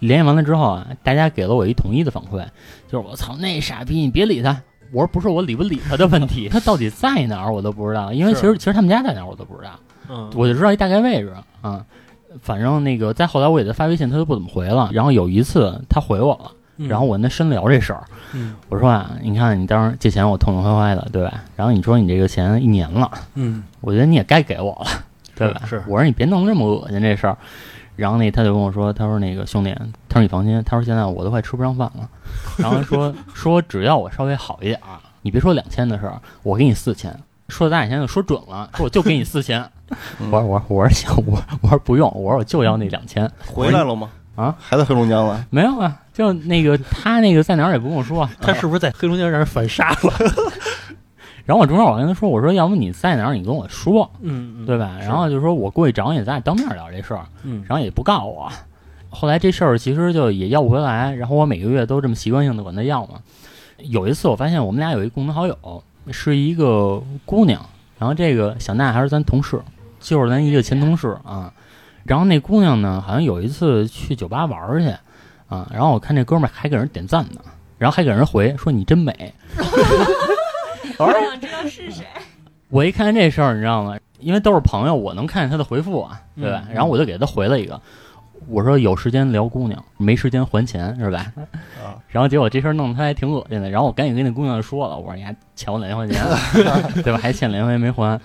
Speaker 3: 联系完了之后啊，大家给了我一统一的反馈，就是我操那傻逼，你别理他。我说不是我理不理他的问 题，他到底在哪儿我都不知道，因为其实其实他们家在哪儿我都不知道。
Speaker 4: 嗯
Speaker 3: 我就知道一大概位置啊。反正那个，再后来我给他发微信，他都不怎么回了。然后有一次他回我了，
Speaker 4: 嗯
Speaker 3: 然后我跟他深聊这事儿。
Speaker 4: 嗯
Speaker 3: 我说啊，你看你当时借钱我痛痛快快的，对吧？然后你说你这个钱一年了，
Speaker 4: 嗯
Speaker 3: 我觉得你也该给我了，对吧？
Speaker 4: 是是
Speaker 3: 我说你别弄这么恶心这事儿。然后那他就跟我说，他说那个兄弟，他说你放心，他说现在我都快吃不上饭了，然后说 说只要我稍微好一点儿，你别说两千的事儿，我给你四千。说的咱俩现在就说准了，说我就给你四千。 我
Speaker 5: 嗯
Speaker 3: 说我说我说行，我我说不用，我说我就要那两千。
Speaker 5: 回来了吗？
Speaker 3: 啊，
Speaker 5: 还在黑龙江了？
Speaker 3: 没有啊，就那个他那个在哪儿也不跟我说啊。
Speaker 4: 他是不是在黑龙江让人反杀了？
Speaker 3: 然后我中间我跟他说，我说要不你在哪儿你跟我说，
Speaker 4: 嗯，嗯
Speaker 3: 对吧？然后就说我过去找你，咱俩当面聊这事儿，
Speaker 4: 嗯，
Speaker 3: 然后也不告我。后来这事儿其实就也要不回来，然后我每个月都这么习惯性的管他要嘛。有一次我发现我们俩有一共同好友，是一个姑娘，然后这个小娜还是咱同事，就是咱一个前同事啊。然后那姑娘呢，好像有一次去酒吧玩儿去啊，然后我看这哥们儿还给人点赞呢，然后还给人回说你真美。
Speaker 8: 我想知道是谁。
Speaker 3: 我一看这事儿，你知道吗？因为都是朋友，我能看见他的回复啊，对吧？
Speaker 4: 嗯嗯
Speaker 3: 然后我就给他回了一个，我说有时间聊姑娘，没时间还钱，是吧？
Speaker 5: 啊，
Speaker 3: 然后结果这事儿弄得他还挺恶心的，然后我赶紧跟那姑娘说了，我说你还欠我两千块钱，啊 对吧？还欠两千块钱没还。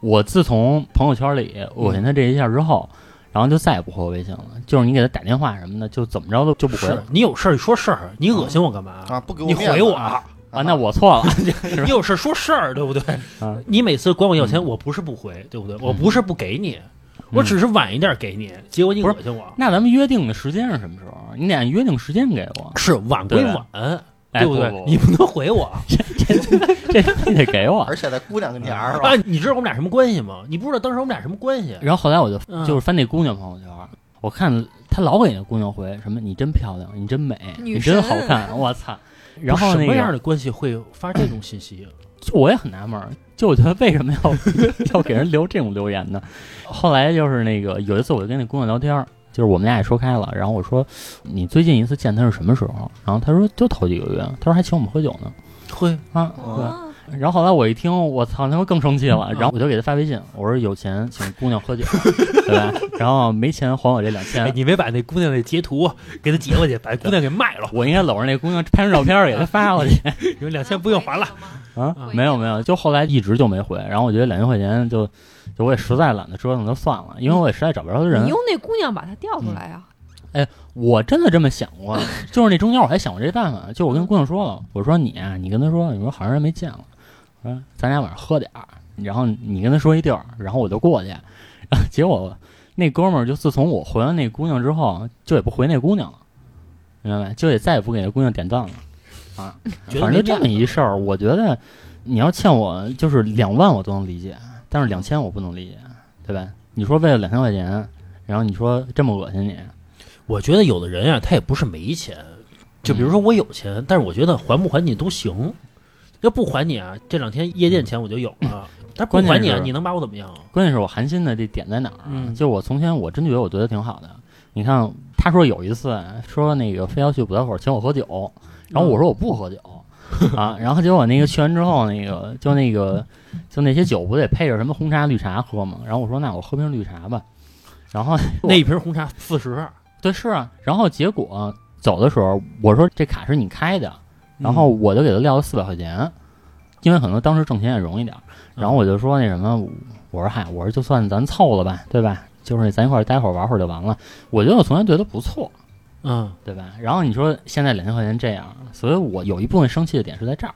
Speaker 3: 我自从朋友圈里恶心他这一下之后，然后就再也不回我微信了，就是你给他打电话什么的，就怎么着都就不回
Speaker 4: 是
Speaker 3: 了
Speaker 4: 你有事儿说事儿，你恶心我干嘛？
Speaker 5: 啊，不给我
Speaker 4: 你
Speaker 5: 面子
Speaker 4: 回我
Speaker 5: 啊！
Speaker 3: 啊。那我错了，
Speaker 4: 你有事儿说事儿，对不对？
Speaker 3: 嗯嗯
Speaker 4: 你每次管我要钱，我不是不回，对不对？我不是不给你，我只是晚一点给你，结果你
Speaker 3: 不是
Speaker 4: 恶心我，
Speaker 3: 那咱们约定的时间是什么时候？你得按约定时间给我，
Speaker 4: 是晚归
Speaker 3: 对吧
Speaker 4: 晚，
Speaker 3: 哎
Speaker 4: 对对
Speaker 3: 不？不
Speaker 4: 你不能回我。
Speaker 3: 这你得给我。
Speaker 5: 而且在姑娘跟前儿是吧
Speaker 4: 啊，？你知道我们俩什么关系吗？你不知道当时我们俩什么关系？
Speaker 3: 然后后来我就
Speaker 4: 嗯
Speaker 3: 就是翻那姑娘朋友圈，我看她老给那姑娘回什么“你真漂亮，你真美，
Speaker 6: 女
Speaker 3: 你真
Speaker 6: 神
Speaker 3: 好看”，我操！然后
Speaker 4: 什
Speaker 3: 那
Speaker 4: 么样
Speaker 3: 个
Speaker 4: 的关系会发这种信息？啊
Speaker 3: 就我也很纳闷儿，就我觉得为什么 要要给人留这种留言呢？后来就是那个有一次我就跟那姑娘聊天儿，就是我们俩也说开了，然后我说你最近一次见她是什么时候？然后她说就头几个月，她说还请我们喝酒呢
Speaker 4: 会
Speaker 3: 啊。对。
Speaker 8: 哦，
Speaker 3: 然后后来我一听，我操，他妈更生气了。然后我就给她发微信，我说有钱请姑娘喝酒， 对吧？然后没钱还我这两千
Speaker 4: 哎，。你没把那姑娘的截图啊给她截过去，把姑娘给卖 了，
Speaker 3: 我应该搂着那姑娘拍张照片儿给她发过去
Speaker 4: 有两千不用还了。
Speaker 3: 啊
Speaker 4: 啊
Speaker 3: 没有没有，就后来一直就没回。然后我觉得两千块钱就，就我也实在懒得折腾，就算了，因为我也实在找不着他
Speaker 6: 你
Speaker 3: 人
Speaker 6: 用。那姑娘把她调出来啊！
Speaker 3: 我真的这么想 过，就是那中间我还想过这办法，就我跟姑娘说
Speaker 4: 嗯
Speaker 3: 了，我说你啊，你跟她说，你说好长时间没见了，我说咱俩晚上喝点儿，然后你跟她说一地儿，然后我就过去， 然后结果那哥们儿就自从我回完那姑娘之后，就也不回那姑娘了，明白没？就也再也不给那姑娘点赞了。
Speaker 4: 觉得
Speaker 3: 反
Speaker 4: 没
Speaker 3: 正这么
Speaker 4: 面子
Speaker 3: 一事儿，我觉得你要欠我就是两万我都能理解，但是两千我不能理解，对吧？你说为了两千块钱，然后你说这么恶心你，
Speaker 4: 我觉得有的人啊，他也不是没钱，就比如说我有钱，
Speaker 3: 嗯
Speaker 4: 但是我觉得还不还你都行。要不还你啊，这两天夜店钱我就有了。但不
Speaker 3: 嗯关键
Speaker 4: 还你啊，
Speaker 3: 是
Speaker 4: 你能把我怎么样？
Speaker 3: 关键是我寒心的这点在哪儿啊？
Speaker 4: 嗯
Speaker 3: 就我从前我真觉得我觉得挺好的，你看他说有一次啊说那个非要去五道口请我喝酒，然
Speaker 4: 嗯
Speaker 3: 后我说我不喝酒。 啊，然后结果那个去完之后，那个就那个就那些酒不得配着什么红茶、绿茶喝吗？然后我说那我喝瓶绿茶吧，然后
Speaker 4: 那一瓶红茶四十，
Speaker 3: 对，是啊。然后结果走的时候，我说这卡是你开的，然后我就给他撂了四百块钱，因为可能当时挣钱也容易点儿。
Speaker 4: 嗯
Speaker 3: 然后我就说那什么，我说嗨，我说就算咱凑了吧，对吧？就是咱一块儿待会儿玩会儿就完了。我觉得我从前对他不错，
Speaker 4: 嗯，
Speaker 3: 对吧？然后你说现在两千块钱这样，所以我有一部分生气的点是在这儿。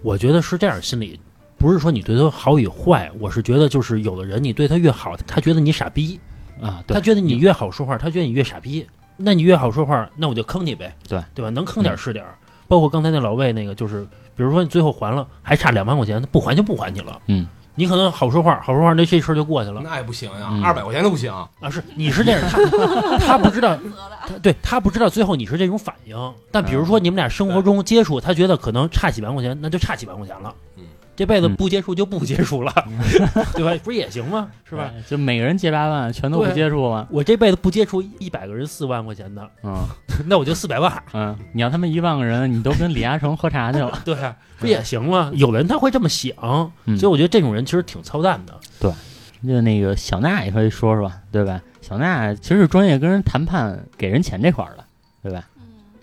Speaker 4: 我觉得是这样，心理不是说你对他好与坏，我是觉得就是有的人你对他越好，他觉得你傻逼，
Speaker 3: 啊，对
Speaker 4: 他，觉得你越好说话，他觉得你越傻逼。那你越好说话，那我就坑你呗，
Speaker 3: 对嗯
Speaker 4: 对吧？能坑点儿是点儿。包括刚才那老魏那个，就是比如说你最后还了，还差两万块钱，他不还就不还你了。
Speaker 3: 嗯，
Speaker 4: 你可能好说话，好说话，那这事儿就过去了
Speaker 7: 那也不行呀
Speaker 3: 嗯，
Speaker 7: 二百块钱都不行。
Speaker 4: 啊。是你是这样，他 他不知道，他对他不知道最后你是这种反应。
Speaker 3: 嗯
Speaker 4: 但比如说你们俩生活中接触，他觉得可能差几万块钱，那就差几万块钱了。
Speaker 7: 嗯，
Speaker 4: 这辈子
Speaker 3: 嗯
Speaker 4: 不接触就不接 触了，对吧？不是也行吗？是吧？
Speaker 3: 对？就每个人借八万，全都不
Speaker 4: 对
Speaker 3: 接触了。
Speaker 4: 我这辈子不接触一百个人四万块钱的，
Speaker 3: 嗯
Speaker 4: 那我就四百万。
Speaker 3: 嗯，你要他们一万个人，你都跟李嘉诚喝茶去了。
Speaker 4: 对，啊不也行吗？有人他会这么想，
Speaker 3: 嗯
Speaker 4: 所以我觉得这种人其实挺操蛋的。
Speaker 3: 就那个小娜也可以说说，对吧？小娜其实是专业跟人谈判给人钱这块儿的，对吧？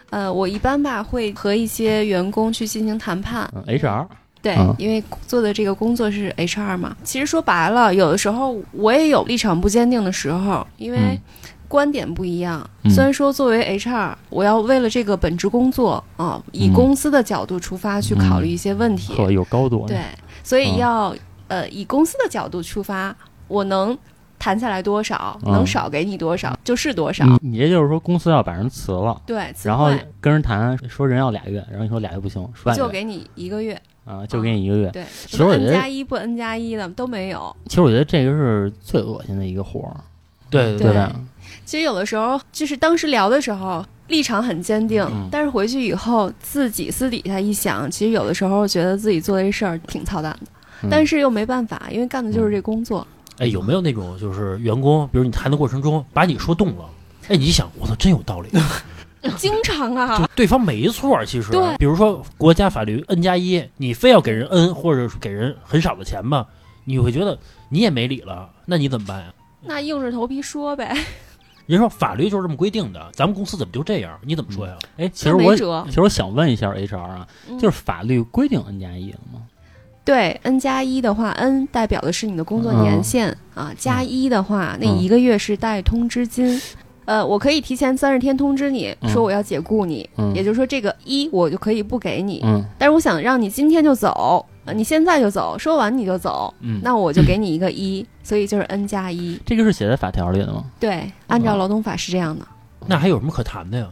Speaker 8: 呃，我一般吧会和一些员工去进行谈判，
Speaker 3: 嗯，HR，
Speaker 8: 对
Speaker 3: 嗯，
Speaker 8: 因为做的这个工作是 HR 嘛。其实说白了，有的时候我也有立场不坚定的时候，因为
Speaker 3: 嗯
Speaker 8: 观点不一样。
Speaker 3: 嗯
Speaker 8: 虽然说作为 HR，我要为了这个本职工作啊，以
Speaker 3: 嗯
Speaker 8: 公司的角度出发去考虑一些问题，
Speaker 3: 呵，有高度。
Speaker 8: 嗯对，，所以
Speaker 3: 嗯
Speaker 8: 要、呃以公司的角度出发，我能谈下来多少，
Speaker 3: 嗯
Speaker 8: 能少给你多少就是多少。
Speaker 3: 你你这就是说公司要把人辞了，
Speaker 8: 对，此
Speaker 3: 然后
Speaker 8: 外
Speaker 3: 跟人谈说人要俩月，然后你说俩月不行，说
Speaker 8: 就
Speaker 3: 半月
Speaker 8: 给你一个月，
Speaker 3: 啊，就给你一个月。
Speaker 8: 对，
Speaker 3: 其
Speaker 8: 什
Speaker 3: 实
Speaker 8: 么
Speaker 3: 我觉
Speaker 8: N
Speaker 3: 得
Speaker 8: 加一不 N 加一的都没有。
Speaker 3: 其实我觉得这个是最恶心的一个活儿，
Speaker 4: 对
Speaker 8: 对
Speaker 3: 吧？
Speaker 8: 其实有的时候就是当时聊的时候。立场很坚定，
Speaker 3: 嗯
Speaker 8: 但是回去以后自己私底下一想，其实有的时候觉得自己做这事儿挺操蛋的，
Speaker 3: 嗯
Speaker 8: 但是又没办法，因为干的就是这工作。
Speaker 4: 哎，有没有那种就是员工，比如你谈的过程中把你说动了，哎，你一想，我操，真有道理，
Speaker 8: 经常啊，
Speaker 4: 就对方没错儿。其实
Speaker 8: 对，
Speaker 4: 比如说国家法律 N 加一，你非要给人 N 或者给人很少的钱吧，你会觉得你也没理了，那你怎么办呀？
Speaker 8: 那硬着头皮说呗，
Speaker 4: 人说法律就是这么规定的，咱们公司怎么就这样？你怎么说呀？
Speaker 3: 哎，其
Speaker 8: 那
Speaker 3: 实我
Speaker 8: 嗯没辙
Speaker 3: 其实我想问一下 HR 啊，
Speaker 8: 嗯
Speaker 3: 就是法律规定 N 加一了吗？
Speaker 8: 对，n 加一的话，n 代表的是你的工作
Speaker 3: 嗯
Speaker 8: 年限、啊，加一的话，那一个月是带通知金。呃，我可以提前三十天通知你
Speaker 3: 嗯
Speaker 8: 说我要解雇你，
Speaker 3: 嗯
Speaker 8: 也就是说这个一我就可以不给你，
Speaker 3: 嗯
Speaker 8: 但是我想让你今天就走，呃你现在就走，说完你就走，
Speaker 3: 嗯，
Speaker 8: 那我就给你一个一、所以就是 n 加一。
Speaker 3: 这个是写在法条里的吗？
Speaker 8: 对，按照劳动法是这样的。
Speaker 4: 那还有什么可谈的呀？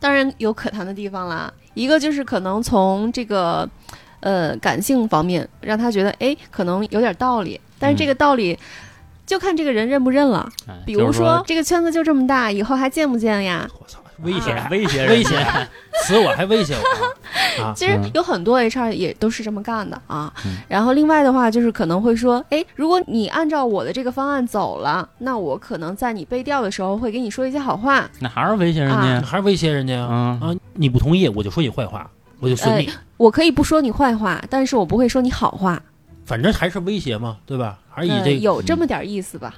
Speaker 8: 当然有可谈的地方啦。一个就是可能从这个，呃，感性方面让他觉得，哎，可能有点道理，但是这个道理。就看这个人认不认了。
Speaker 3: 哎
Speaker 8: 比如
Speaker 3: 就是
Speaker 8: 说，这个圈子就这么大，以后还见不见呀？
Speaker 4: 我操，威胁
Speaker 8: 啊，
Speaker 4: 威胁，威胁， 辞我还啊威胁我，
Speaker 8: 其实
Speaker 3: 嗯
Speaker 8: 有很多 HR 也都是这么干的啊。
Speaker 3: 嗯
Speaker 8: 然后另外的话，就是可能会说，哎，如果你按照我的这个方案走了，那我可能在你被调的时候会给你说一些好话。
Speaker 3: 那还是威胁人
Speaker 4: 你
Speaker 3: 家，
Speaker 4: 还是威胁人家呀？
Speaker 3: 嗯
Speaker 4: 啊，你不同意我就说你坏话，我就损你，
Speaker 8: 我可以不说你坏话，但是我不会说你好话。
Speaker 4: 反正还是威胁嘛，对吧？还是以
Speaker 8: 嗯，
Speaker 4: 这个，
Speaker 8: 有这么点意思吧，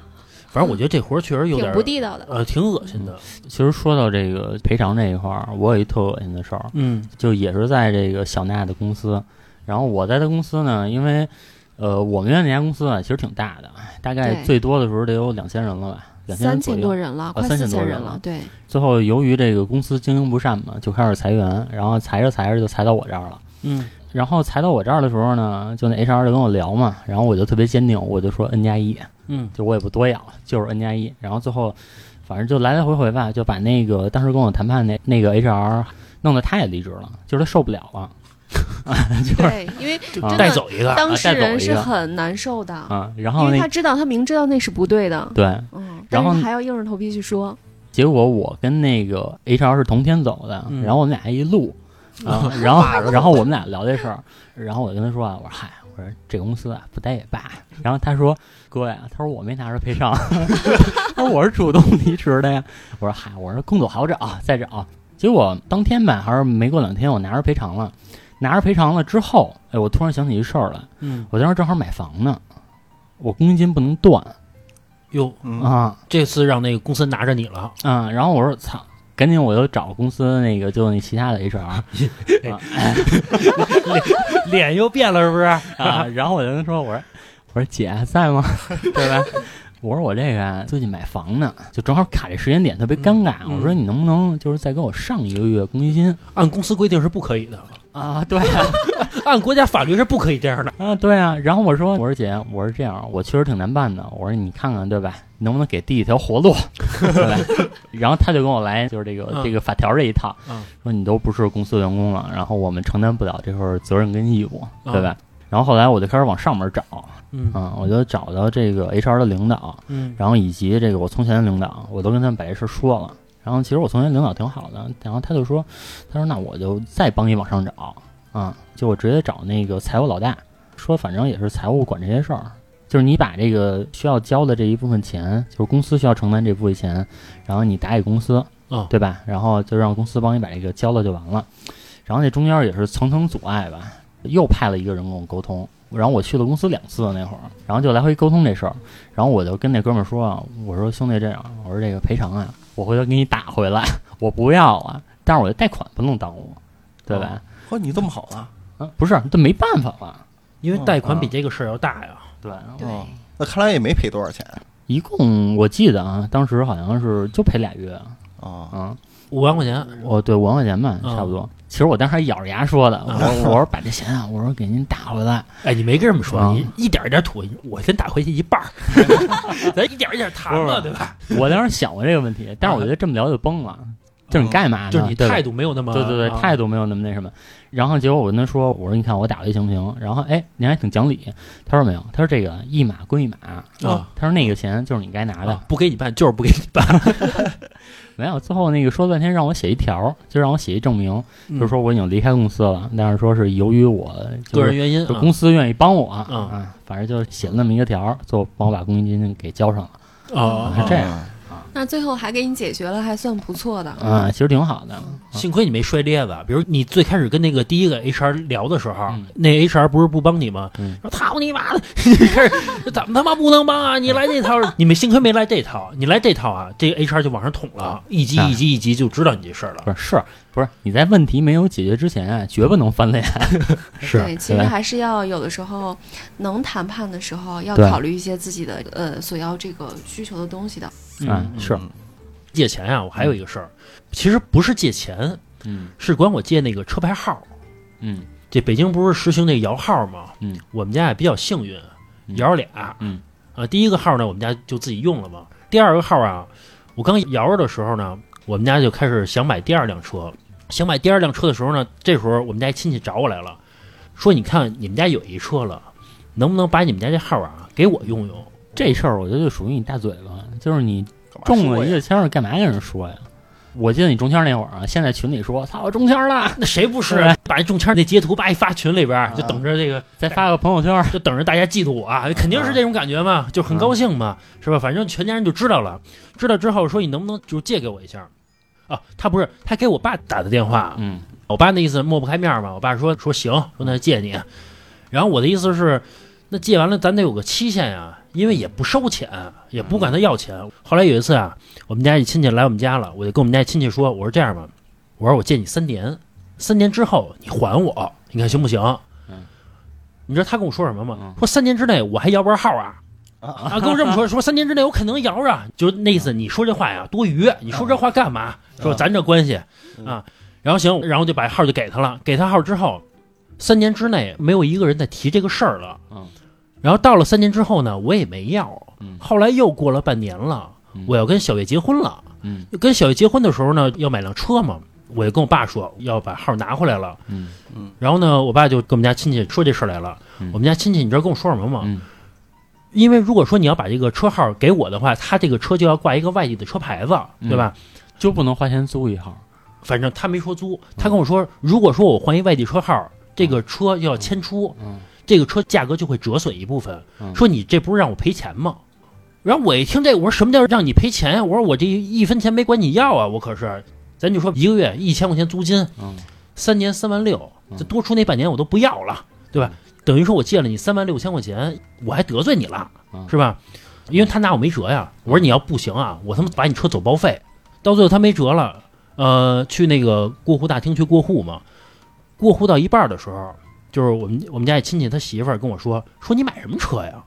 Speaker 4: 反正我觉得这活儿确实有
Speaker 8: 挺
Speaker 4: 点
Speaker 8: 不地道的。
Speaker 4: 呃，挺恶心的。
Speaker 3: 其实说到这个赔偿这一块儿，我有一特恶心的事儿，
Speaker 4: 嗯，
Speaker 3: 就也是在这个小娜的公司。然后我在她公司呢，因为呃，我们原来那家公司啊，其实挺大的，大概
Speaker 8: 对
Speaker 3: 最多的时候得有两千人了吧，两千
Speaker 8: 三
Speaker 3: 人左
Speaker 8: 千
Speaker 3: 右
Speaker 8: 多。人了，
Speaker 3: 啊
Speaker 8: 快
Speaker 3: 三千
Speaker 8: 四
Speaker 3: 多
Speaker 8: 千
Speaker 3: 人了
Speaker 8: 了， 对，
Speaker 3: 最后由于这个公司经营不善嘛，就开始裁员，然后裁着裁着就裁到我这儿了。
Speaker 4: 嗯，
Speaker 3: 然后裁到我这儿的时候呢，就那 HR 就跟我聊嘛，然后我就特别坚定，我就说 N 加一，
Speaker 4: 嗯，
Speaker 3: 就我也不多养了，就是 N 加一。然后最后，反正就来来回回吧，就把那个当时跟我谈判那那个 HR 弄得他也离职了，就是他受不了了
Speaker 8: 对，因为
Speaker 3: 啊
Speaker 8: 真
Speaker 4: 带
Speaker 8: 的
Speaker 4: 走一个，
Speaker 8: 当事人是
Speaker 3: 带走一个
Speaker 8: 很难受的，
Speaker 3: 啊。然
Speaker 8: 因
Speaker 3: 后
Speaker 8: 为
Speaker 3: 那
Speaker 8: 他知道他明知道那是不对的，
Speaker 3: 对，
Speaker 8: 嗯，
Speaker 3: 然
Speaker 8: 但
Speaker 3: 后
Speaker 8: 是他还要硬着头皮去说，
Speaker 3: 结果我跟那个 HR 是同天走的，
Speaker 4: 嗯
Speaker 3: 然后我们俩一路，啊，然后然后我们俩聊这事儿，然后我就跟他说啊，我说嗨，我说这公司啊不待也罢，然后他说哥呀，他说我没拿着赔偿， 他说我是主动离职的呀，我说嗨，我说工作好找，啊再找，结果当天吧还是没过两天，我拿着赔偿了，拿着赔偿了之后，哎，我突然想起一事儿来，
Speaker 4: 嗯，
Speaker 3: 我当时正好买房呢，我公积金不能断
Speaker 4: 哟，
Speaker 5: 嗯，
Speaker 3: 啊。
Speaker 4: 这次让那个公司拿着你了，
Speaker 3: 嗯，然后我说操，赶紧我就找公司那个就那其他的 HR
Speaker 4: 脸又变了，是不是？
Speaker 3: 啊，然后我就跟他说我说我说姐在吗？ 对吧？我说我这个啊最近买房呢，就正好卡这时间点，特别尴尬。
Speaker 4: 嗯嗯
Speaker 3: 我说你能不能就是再给我上一个月公积金
Speaker 4: 按公司规定是不可以的，
Speaker 3: 啊？对啊，
Speaker 4: 按国家法律是不可以这样的。
Speaker 3: 啊对啊。然后我说我说姐，我说这样，我确实挺难办的。我说你看看对吧，能不能给弟一条活 路？对吧？然后他就跟我来就是这个、
Speaker 4: 嗯
Speaker 3: 这个法条这一套，
Speaker 4: 嗯
Speaker 3: 说你都不是公司的员工了，然后我们承担不了这份儿责任跟义务，
Speaker 4: 嗯
Speaker 3: 对吧？然后后来我就开始往上面找，
Speaker 4: 嗯
Speaker 3: 嗯，我就找到这个 HR 的领导，
Speaker 4: 嗯
Speaker 3: 然后以及这个我从前的领导，我都跟他们把这事儿说了。然后其实我从前领导挺好的，然后他就说，他说那我就再帮你往上找，啊、就我直接找那个财务老大，说反正也是财务管这些事儿，就是你把这个需要交的这一部分钱，就是公司需要承担这部分钱，然后你打给公司，
Speaker 4: 哦
Speaker 3: 对吧？然后就让公司帮你把这个交了就完了。然后那中间也是层层阻碍吧，又派了一个人跟我沟通，然后我去了公司两次那会儿，然后就来回沟通这事儿，然后我就跟那哥们儿说啊，我说兄弟这样，我说这个赔偿啊，我回头给你打回来，我不要了，但是我的贷款不能耽误，对吧？
Speaker 5: 嚯，你这么好啊？
Speaker 4: 哦
Speaker 3: 啊，不是，这没办法了，啊
Speaker 4: 嗯啊因为贷款比这个事儿要大呀。
Speaker 3: 对。
Speaker 8: 对
Speaker 5: 啊哦，那看来也没赔多少钱。
Speaker 3: 一共我记得啊，当时好像是就赔俩月
Speaker 5: 啊，
Speaker 3: 啊，
Speaker 4: 五万块钱，
Speaker 3: 我对五万块钱吧，
Speaker 4: 嗯
Speaker 3: 差不多。其实我当时还咬着牙说的，我
Speaker 4: 啊
Speaker 3: 说我说把这钱啊，我说给您打回来，
Speaker 4: 哎，你没跟这么说，
Speaker 3: 啊
Speaker 4: 你一点一点吐，我先打回去一半儿，咱一点一点谈嘛，对吧？
Speaker 3: 我当时想过这个问题，但是我觉得这么聊就崩了，就是你干嘛呢？
Speaker 4: 哦就是你态
Speaker 3: 度，
Speaker 4: 度没有那么
Speaker 3: 对对对，态
Speaker 4: 度
Speaker 3: 度没有那么那什么。然后结果我跟他说，我说你看我打回去行不行？然后哎，您还挺讲理。他说没有，他说这个一码归一码，
Speaker 4: 啊
Speaker 3: 他说那个钱就是你该拿的，
Speaker 4: 啊，不给你办就是不给你办，
Speaker 3: 没有。最后那个说了半天让我写一条，就让我写一证明，
Speaker 4: 嗯
Speaker 3: 就说我已经离开公司了，但是说是由于我就是
Speaker 4: 个人原因
Speaker 3: 就
Speaker 4: 啊
Speaker 3: 公司愿意帮我
Speaker 4: 嗯
Speaker 3: 啊，反正就写了那么一个条儿，最后帮我把公积金给交上了
Speaker 4: 啊啊，
Speaker 3: 是
Speaker 4: 啊
Speaker 3: 这样
Speaker 8: 那最后还给你解决了，还算不错的。
Speaker 4: 嗯
Speaker 3: 啊，其实挺好的。
Speaker 4: 幸亏你没摔咧子，比如你最开始跟那个第一个 HR 聊的时候，
Speaker 3: 嗯
Speaker 4: 那 HR 不是不帮你吗？
Speaker 3: 嗯
Speaker 4: 说操你妈的，你开始怎么他妈不能帮啊？你来这套，你们幸亏没来这套，你来这套啊，这个 HR 就往上捅了，一级
Speaker 3: 啊
Speaker 4: 一级一级就知道你这事儿了。
Speaker 3: 不是是不是你在问题没有解决之前啊，绝不能翻脸。
Speaker 4: 是
Speaker 8: 对，其实
Speaker 3: 对
Speaker 8: 还是要有的时候能谈判的时候，要
Speaker 3: 对
Speaker 8: 考虑一些自己的呃所要这个需求的东西的。
Speaker 3: 嗯，是，
Speaker 4: 借钱啊，我还有一个事儿，其实不是借钱，
Speaker 3: 嗯
Speaker 4: 是管我借那个车牌号。
Speaker 3: 嗯
Speaker 4: 这北京不是实行那摇号吗？
Speaker 3: 嗯，
Speaker 4: 我们家也比较幸运，
Speaker 3: 嗯
Speaker 4: 摇俩。
Speaker 3: 嗯，
Speaker 4: 啊，第一个号呢，我们家就自己用了嘛。第二个号啊，我刚摇着的时候呢，我们家就开始想买第二辆车。想买第二辆车的时候呢，这时候我们家亲戚找我来了，说：“你看你们家有一车了，能不能把你们家这号啊给我用用
Speaker 3: 这事儿我觉得就属于你大嘴巴，就是你
Speaker 5: 啊
Speaker 3: 中了一个签儿，干嘛跟人说呀？我记得你中签儿那会儿啊，先在群里说操我中签儿了，？”
Speaker 4: 那谁不是啊
Speaker 3: 对
Speaker 4: 把这中签那截图叭一发群里边儿，就等着这个
Speaker 3: 再发个朋友圈儿。
Speaker 4: 就等着大家嫉妒我啊，肯定是这种感觉嘛，就很高兴嘛，是吧？反正全家人就知道了，知道之后说你能不能就借给我一下？啊，他不是，他给我爸打的电话，
Speaker 3: 嗯
Speaker 4: 我爸那意思抹不开面儿嘛，我爸说说行，说那借你，然后我的意思是，那借完了咱得有个期限呀、因为也不收钱，也不管他要钱。后来有一次啊，我们家一亲戚来我们家了，我就跟我们家亲戚说，我说这样吧，我说我借你三年，三年之后你还我，你看行不行？
Speaker 3: 嗯
Speaker 4: 你知道他跟我说什么吗
Speaker 3: 嗯？
Speaker 4: 说三年之内我还摇不着号啊。啊，跟我 这么说，说三年之内我肯定摇着，就那意思。
Speaker 3: 嗯
Speaker 4: 你说这话呀多余，你说这话干嘛？说咱这关系
Speaker 3: 嗯
Speaker 4: 啊，然后行，然后就把号就给他了。给他号之后，三年之内没有一个人再提这个事儿了。
Speaker 3: 嗯，
Speaker 4: 然后到了三年之后呢，我也没要。
Speaker 3: 嗯
Speaker 4: 后来又过了半年了
Speaker 3: 嗯，
Speaker 4: 我要跟小月结婚了。
Speaker 3: 嗯
Speaker 4: 跟小月结婚的时候呢，要买辆车嘛，我就跟我爸说要把号拿回来了。
Speaker 3: 嗯
Speaker 4: 然后呢，我爸就跟我们家亲戚说这事儿来了。
Speaker 3: 嗯
Speaker 4: 我们家亲戚，你知道跟我说什么吗？
Speaker 3: 嗯
Speaker 4: 因为如果说你要把这个车号给我的话，他这个车就要挂一个外地的车牌子，对吧？
Speaker 3: 就不能花钱租一号。
Speaker 4: 反正他没说租，
Speaker 3: 嗯
Speaker 4: 他跟我说，如果说我换一外地车号，这个车要迁出，
Speaker 3: 嗯
Speaker 4: 这个车价格就会折损一部分。
Speaker 3: 嗯
Speaker 4: 说你这不是让我赔钱吗？然后我一听这，我说什么叫让你赔钱呀？我说我这一分钱没管你要啊，我可是，咱就说一个月一千块钱租金，
Speaker 3: 嗯
Speaker 4: 三年三万六，这多出那半年我都不要了，对吧？
Speaker 3: 嗯
Speaker 4: 等于说我借了你三万六千块钱，我还得罪你了
Speaker 3: 嗯，
Speaker 4: 是吧？因为他拿我没辙呀。我说你要不行啊，我他妈把你车走报废。到最后他没辙了，呃，去那个过户大厅去过户嘛。过户到一半的时候，就是我们我们家一亲戚他媳妇儿跟我说，说你买什么车呀？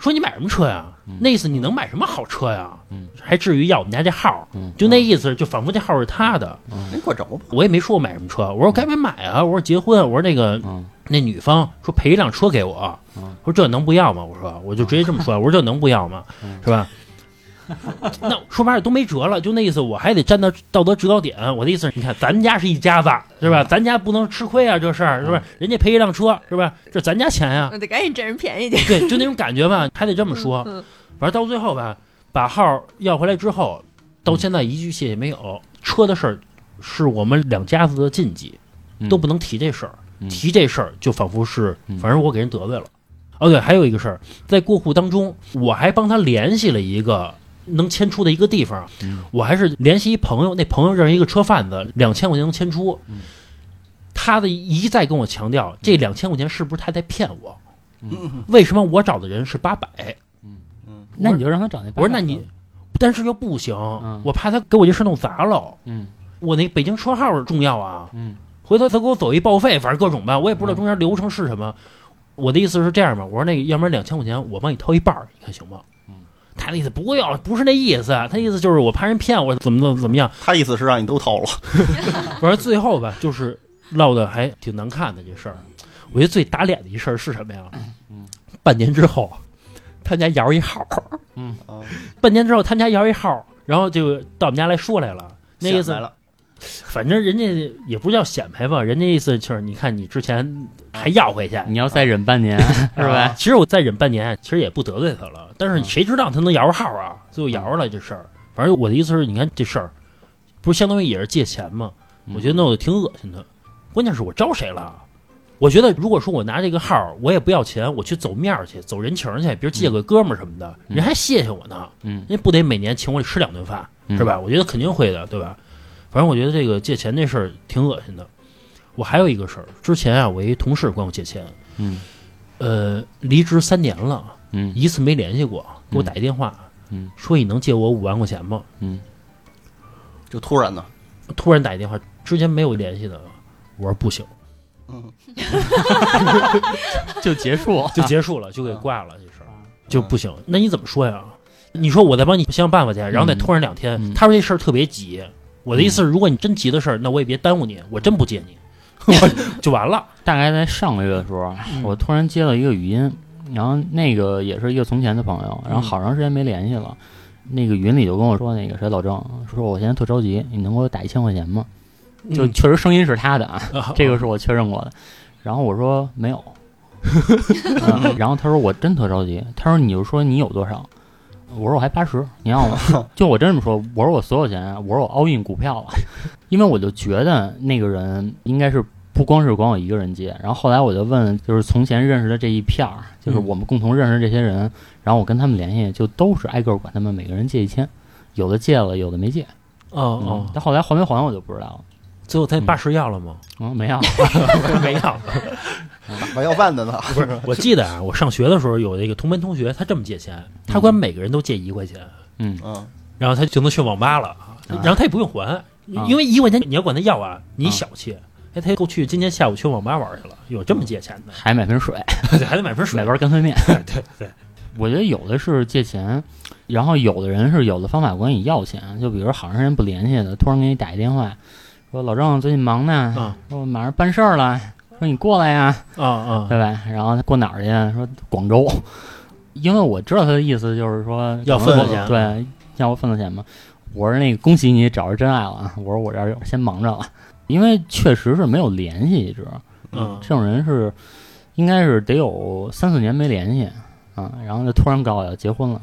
Speaker 4: 说你买什么车呀？那意思你能买什么好车呀？
Speaker 3: 嗯
Speaker 4: 还至于要我们家这号？
Speaker 3: 嗯
Speaker 4: 就那意思，就仿佛这号是他的。
Speaker 5: 没过着吧？
Speaker 4: 我也没说我买什么车，我说该没买啊，我说结婚，我说那个
Speaker 3: 嗯
Speaker 4: 那女方说赔一辆车给我，
Speaker 3: 嗯
Speaker 4: 我说这能不要吗？我说我就直接这么说，我说这能不要吗？
Speaker 3: 嗯
Speaker 4: 是吧？ 那说白了都没辙了，就那意思，我还得站到道德制高点。我的意思，你看咱家是一家子，是
Speaker 3: 嗯
Speaker 4: 吧？咱家不能吃亏啊，这事儿是吧？人家赔一辆车，是吧？这咱家钱呀、
Speaker 6: 我得赶紧占人便宜去。
Speaker 4: 对，就那种感觉吧，还得这么说。
Speaker 6: 嗯
Speaker 4: 反正到最后吧，把号要回来之后，到现在一句谢谢没有。车的事儿是我们两家子的禁忌，
Speaker 3: 嗯
Speaker 4: 都不能提这事儿。
Speaker 3: 嗯
Speaker 4: 提这事儿就仿佛是
Speaker 3: 嗯，
Speaker 4: 反正我给人得罪了。哦，对，还有一个事儿，在过户当中，我还帮他联系了一个能迁出的一个地方，
Speaker 3: 嗯
Speaker 4: 我还是联系一朋友，那朋友认识一个车贩子，两千块钱能迁出。
Speaker 3: 嗯
Speaker 4: 他的一再跟我强调，这两千块钱是不是他在骗我？为什么我找的人是八百？
Speaker 3: 那你就让他找那。
Speaker 4: 我说那你，但是又不行，
Speaker 3: 嗯
Speaker 4: 我怕他给我这事弄砸了。
Speaker 3: 嗯
Speaker 4: 我那北京车号重要啊，
Speaker 3: 嗯，
Speaker 4: 回头他给我走一报废，反正各种吧，我也不知道中间流程是什么。我的意思是这样吧，我说那个，要不然两千块钱我帮你掏一半儿，你看行吗？
Speaker 3: 嗯，
Speaker 4: 他的意思不要不是那意思，他意思就是我怕人骗我，怎么怎么怎 么样。
Speaker 5: 他意思是让你都掏了，
Speaker 4: 反正最后吧，就是落得还挺难看的这事儿。
Speaker 3: 嗯
Speaker 4: 我觉得最打脸的一事儿是什么呀？半年之后，他们家摇一号，
Speaker 5: 啊
Speaker 4: 半年之后他们家摇一号，然后就到我们家来说来了，那意
Speaker 5: 显
Speaker 4: 思
Speaker 5: 摆了，
Speaker 4: 反正人家也不叫显摆吧，人家意思就是你看你之前还要回去，
Speaker 3: 你
Speaker 5: 嗯
Speaker 3: 要再忍半年是
Speaker 4: 啊
Speaker 3: 吧？
Speaker 4: 其实我再忍半年，其实也不得罪他了，但是谁知道他能摇着号啊？最后摇着了这事儿。反正我的意思是，你看这事儿，不是相当于也是借钱吗？
Speaker 3: 嗯
Speaker 4: 我觉得弄得挺恶心的。关键是我招谁了？啊我觉得如果说我拿这个号，我也不要钱，我去走面儿去，走人情儿去，比如借个哥们儿什么的，
Speaker 3: 嗯
Speaker 4: 人还谢谢我呢。
Speaker 3: 嗯
Speaker 4: 人家不得每年请我吃两顿饭，
Speaker 3: 嗯
Speaker 4: 是吧？我觉得肯定会的，对吧？反正我觉得这个借钱这事儿挺恶心的。我还有一个事儿，之前啊，我一同事管我借钱，
Speaker 3: 嗯
Speaker 4: 呃，离职三年了，
Speaker 3: 嗯
Speaker 4: 一次没联系过，给我打一电话，
Speaker 3: 嗯
Speaker 4: 说你能借我五万块钱吗？
Speaker 3: 嗯
Speaker 5: 就突然的，
Speaker 4: 突然打一电话，之前没有联系的，我说不行，
Speaker 5: 嗯，
Speaker 3: 就结束。
Speaker 4: 就结束了，就给挂了，这事儿就不行。那你怎么说呀？你说我再帮你想想办法去，然后再拖上两天。
Speaker 3: 嗯
Speaker 4: 他说这事儿特别急，我的意思是，如果你真急的事儿，那我也别耽误你，我真不借你，就完了。
Speaker 3: 大概在上个月的时候，啊我突然接到一个语音，然后那个也是一个从前的朋友，然后好长时间没联系了。那个语音里就跟我说，那个谁老郑说，我现在特着急，你能给我打一千块钱吗？就
Speaker 4: 嗯
Speaker 3: 确实声音是他的啊，
Speaker 4: 啊
Speaker 3: 这个是我确认过的。然后我说没 有，嗯然后他说我真特着急，他说你就说你有多少，我说我还八十，你要吗？ 就我真这么说，我说我所有钱啊，我说我 all in 股票 了，因为我就觉得那个人应该是。不光是光我一个人接，然后后来我就问，就是从前认识的这一片儿，就是
Speaker 4: 嗯
Speaker 3: 我们共同认识这些人，然后我跟他们联系，就都是挨个管他们每个人借一千，有的借了，有的没借。
Speaker 4: 哦
Speaker 3: 嗯
Speaker 4: 哦，
Speaker 3: 但后来还没还我就不知道了。
Speaker 4: 最后他
Speaker 3: 嗯
Speaker 4: 八十要了吗？
Speaker 3: 嗯，没要。
Speaker 4: 没要。
Speaker 5: 还要饭的呢，不是
Speaker 4: 我记得啊，我上学的时候有一个同班同学，他这么借钱，他管每个人都借一块钱，
Speaker 3: 嗯
Speaker 5: 嗯，
Speaker 4: 然后他就能去网吧了，
Speaker 3: 啊
Speaker 4: 然后他也不用还，因为一块钱你要管他要啊，你小气。哎，他又够去，今天下午去网吧玩去了，有这么借钱 的，
Speaker 3: 还买瓶水，
Speaker 4: 还得买瓶水
Speaker 3: 买。包干脆面。
Speaker 4: 对对，
Speaker 3: 我觉得有的是借钱，然后有的人是有的方法管你要钱，就比如说好长时间不联系的，突然给你打一电话，说老郑最近忙呢，
Speaker 4: 啊
Speaker 3: 说我马上办事儿了，说你过来呀，
Speaker 4: 啊啊，
Speaker 3: 对吧？然后他过哪儿去？啊说广州， 因为我知道他的意思就是说
Speaker 4: 要份子钱
Speaker 3: 对，要份子钱嘛。我说那个恭喜你找着真爱了啊！我说我这儿有先忙着了，因为确实是没有联系一直，
Speaker 4: 嗯
Speaker 3: 这种人是应该是得有三四年没联系啊，然后就突然告诉我要结婚了，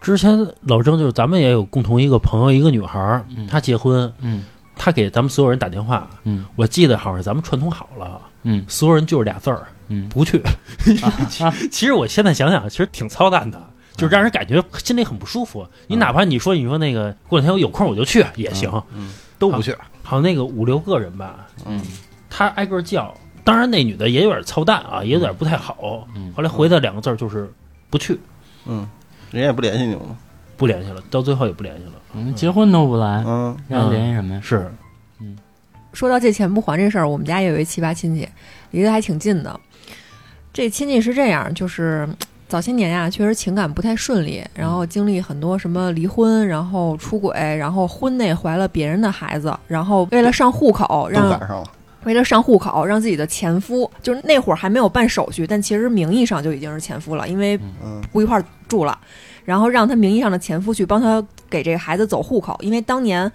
Speaker 4: 之前老郑就是咱们也有共同一个朋友，一个女孩儿，
Speaker 3: 嗯
Speaker 4: 她结婚，
Speaker 3: 嗯
Speaker 4: 她给咱们所有人打电话，
Speaker 3: 嗯
Speaker 4: 我记得好像是咱们串通好了，
Speaker 3: 嗯
Speaker 4: 所有人就是俩字儿，
Speaker 3: 嗯
Speaker 4: 不去。
Speaker 3: 啊
Speaker 4: 其实我现在想想，其实挺操蛋的，就是让人感觉心里很不舒服。你
Speaker 3: 啊
Speaker 4: 哪怕你说你说那个过两天我有空我就去也行，
Speaker 5: 都不去，
Speaker 4: 好像那个五六个人吧，
Speaker 5: 嗯，
Speaker 4: 他挨个叫。当然，那女的也有点操蛋啊，也有点不太好。
Speaker 3: 嗯
Speaker 4: 后来回的两个字儿就是不去，
Speaker 5: 嗯，人家也不联系你们了，
Speaker 4: 不联系了，到最后也不联系了。
Speaker 3: 嗯结婚都不来，
Speaker 5: 嗯，
Speaker 3: 让人联系什么呀？
Speaker 4: 是，
Speaker 6: 说到借钱不还这事儿，我们家也有一奇葩亲戚，离得还挺近的。这亲戚是这样，就是嗯早些年呀，确实情感不太顺利，然后经历很多什么离婚，然后出轨，然后婚内怀了别人的孩子，然后为了上户口，
Speaker 5: 都
Speaker 6: 让
Speaker 5: 赶上了，
Speaker 6: 为了上户口，让自己的前夫，就是那会儿还没有办手续，但其实名义上就已经是前夫了，因为
Speaker 5: 嗯，
Speaker 6: 不一块儿住了，然后让他名义上的前夫去帮他给这个孩子走户口，因为当年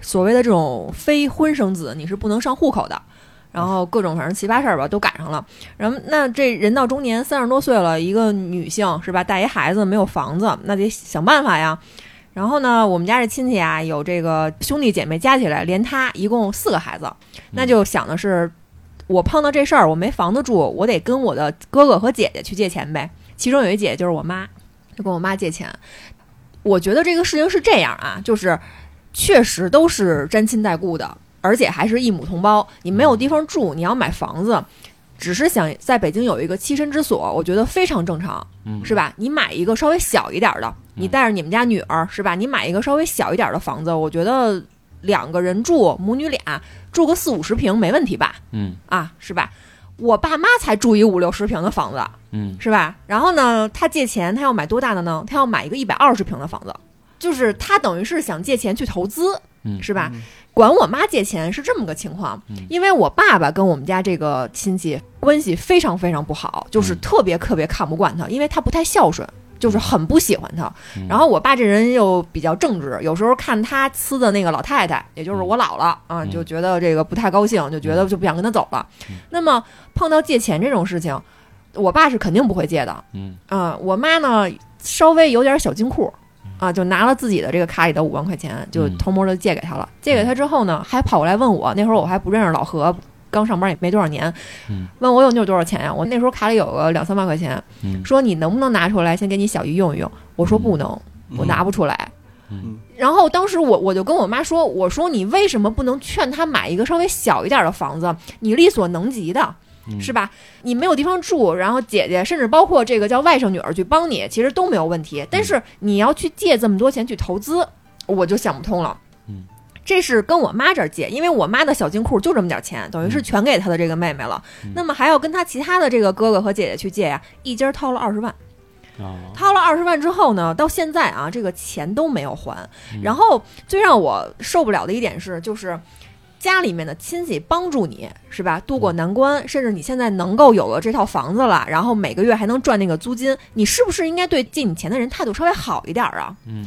Speaker 6: 所谓的这种非婚生子你是不能上户口的。然后各种反正奇葩事儿吧都赶上了，然后那这人到中年三十多岁了，一个女性是吧，带一孩子没有房子，那得想办法呀。然后呢，我们家这亲戚啊，有这个兄弟姐妹加起来，连他一共四个孩子，那就想的是，我碰到这事儿，我没房子住，我得跟我的哥哥和姐姐去借钱呗。其中有一姐就是我妈，就跟我妈借钱。我觉得这个事情是这样啊，就是确实都是沾亲带故的，而且还是一母同胞。你没有地方住，你要买房子，只是想在北京有一个栖身之所，我觉得非常正常，
Speaker 3: 嗯
Speaker 6: 是吧？你买一个稍微小一点儿的，你带着你们家女儿，是吧？你买一个稍微小一点儿的房子，我觉得两个人住，母女俩住个四五十平没问题吧？
Speaker 3: 嗯
Speaker 6: 啊，是吧？我爸妈才住一五六十平的房子，
Speaker 3: 嗯
Speaker 6: 是吧？然后呢，他借钱，他要买多大的呢？他要买一个一百二十平的房子，就是他等于是想借钱去投资，
Speaker 3: 嗯
Speaker 6: 是吧？管我妈借钱是这么个情况
Speaker 3: 嗯，
Speaker 6: 因为我爸爸跟我们家这个亲戚关系非常非常不好，就是
Speaker 3: 嗯
Speaker 6: 特别特别看不惯他，因为他不太孝顺。就是很不喜欢他，
Speaker 3: 嗯
Speaker 6: 然后我爸这人又比较正直，有时候看他呲的那个老太太，也就是我姥姥啊，
Speaker 3: 嗯
Speaker 6: 就觉得这个不太高兴，就觉得就不想跟他走了。那么碰到借钱这种事情，我爸是肯定不会借的啊、
Speaker 3: 嗯
Speaker 6: 我妈呢，稍微有点小金库啊、就拿了自己的这个卡里的五万块钱，就
Speaker 3: 嗯
Speaker 6: 偷摸的借给他了。借给他之后呢，还跑过来问我，那会儿我还不认识老何，刚上班也没多少年，
Speaker 3: 嗯
Speaker 6: 问我有你有多少钱呀、我那时候卡里有个两三万块钱，
Speaker 3: 嗯
Speaker 6: 说你能不能拿出来，先给你小姨用一用。我说不能，我拿不出来。
Speaker 3: 嗯
Speaker 6: 然后当时我我就跟我妈说，我说你为什么不能劝她买一个稍微小一点的房子？你力所能及的，
Speaker 3: 嗯
Speaker 6: 是吧？你没有地方住，然后姐姐甚至包括这个叫外甥女儿去帮你，其实都没有问题。
Speaker 3: 嗯
Speaker 6: 但是你要去借这么多钱去投资，我就想不通了。
Speaker 3: 嗯，
Speaker 6: 这是跟我妈这儿借，因为我妈的小金库就这么点钱，等于是全给她的这个妹妹了。
Speaker 3: 嗯
Speaker 6: 那么还要跟她其他的这个哥哥和姐姐去借呀、一家儿掏了二十万。
Speaker 3: 啊
Speaker 6: 掏了二十万之后呢，到现在啊，这个钱都没有还
Speaker 3: 嗯。
Speaker 6: 然后最让我受不了的一点是，就是家里面的亲戚帮助你是吧，渡过难关，甚至你现在能够有了这套房子了，然后每个月还能赚那个租金，你是不是应该对借你钱的人态度稍微好一点儿啊？
Speaker 3: 嗯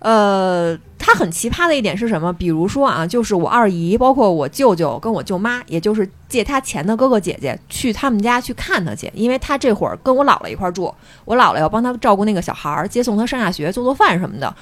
Speaker 6: 呃，他很奇葩的一点是什么？比如说啊，就是我二姨，包括我舅舅跟我舅妈，也就是借他钱的哥哥姐姐，去他们家去看他去，因为他这会儿跟我姥姥一块儿住，我姥姥要帮他照顾那个小孩儿，接送他上下学，做做饭什么的。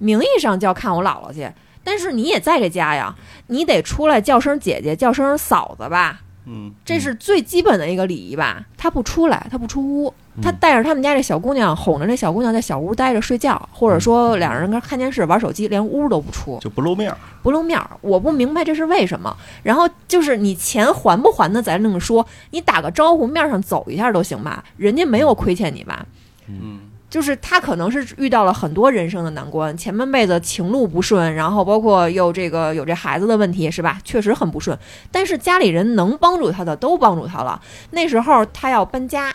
Speaker 6: 名义上叫看我姥姥去，但是你也在这家呀，你得出来叫声姐姐，叫声嫂子吧，
Speaker 5: 嗯
Speaker 6: 这是最基本的一个礼仪吧。他不出来，他不出屋，他
Speaker 3: 嗯
Speaker 6: 带着他们家这小姑娘，哄着那小姑娘在小屋待着睡觉，或者说两人跟看电视、玩手机，连屋都不出，
Speaker 5: 就不露面儿，
Speaker 6: 不露面儿。我不明白这是为什么。然后就是你钱还不还的，咱另说，你打个招呼，面上走一下都行吧，人家没有亏欠你吧。
Speaker 5: 嗯，
Speaker 6: 就是他可能是遇到了很多人生的难关，前半辈子情路不顺，然后包括又这个有这孩子的问题，是吧？确实很不顺。但是家里人能帮助他的都帮助他了。那时候他要搬家，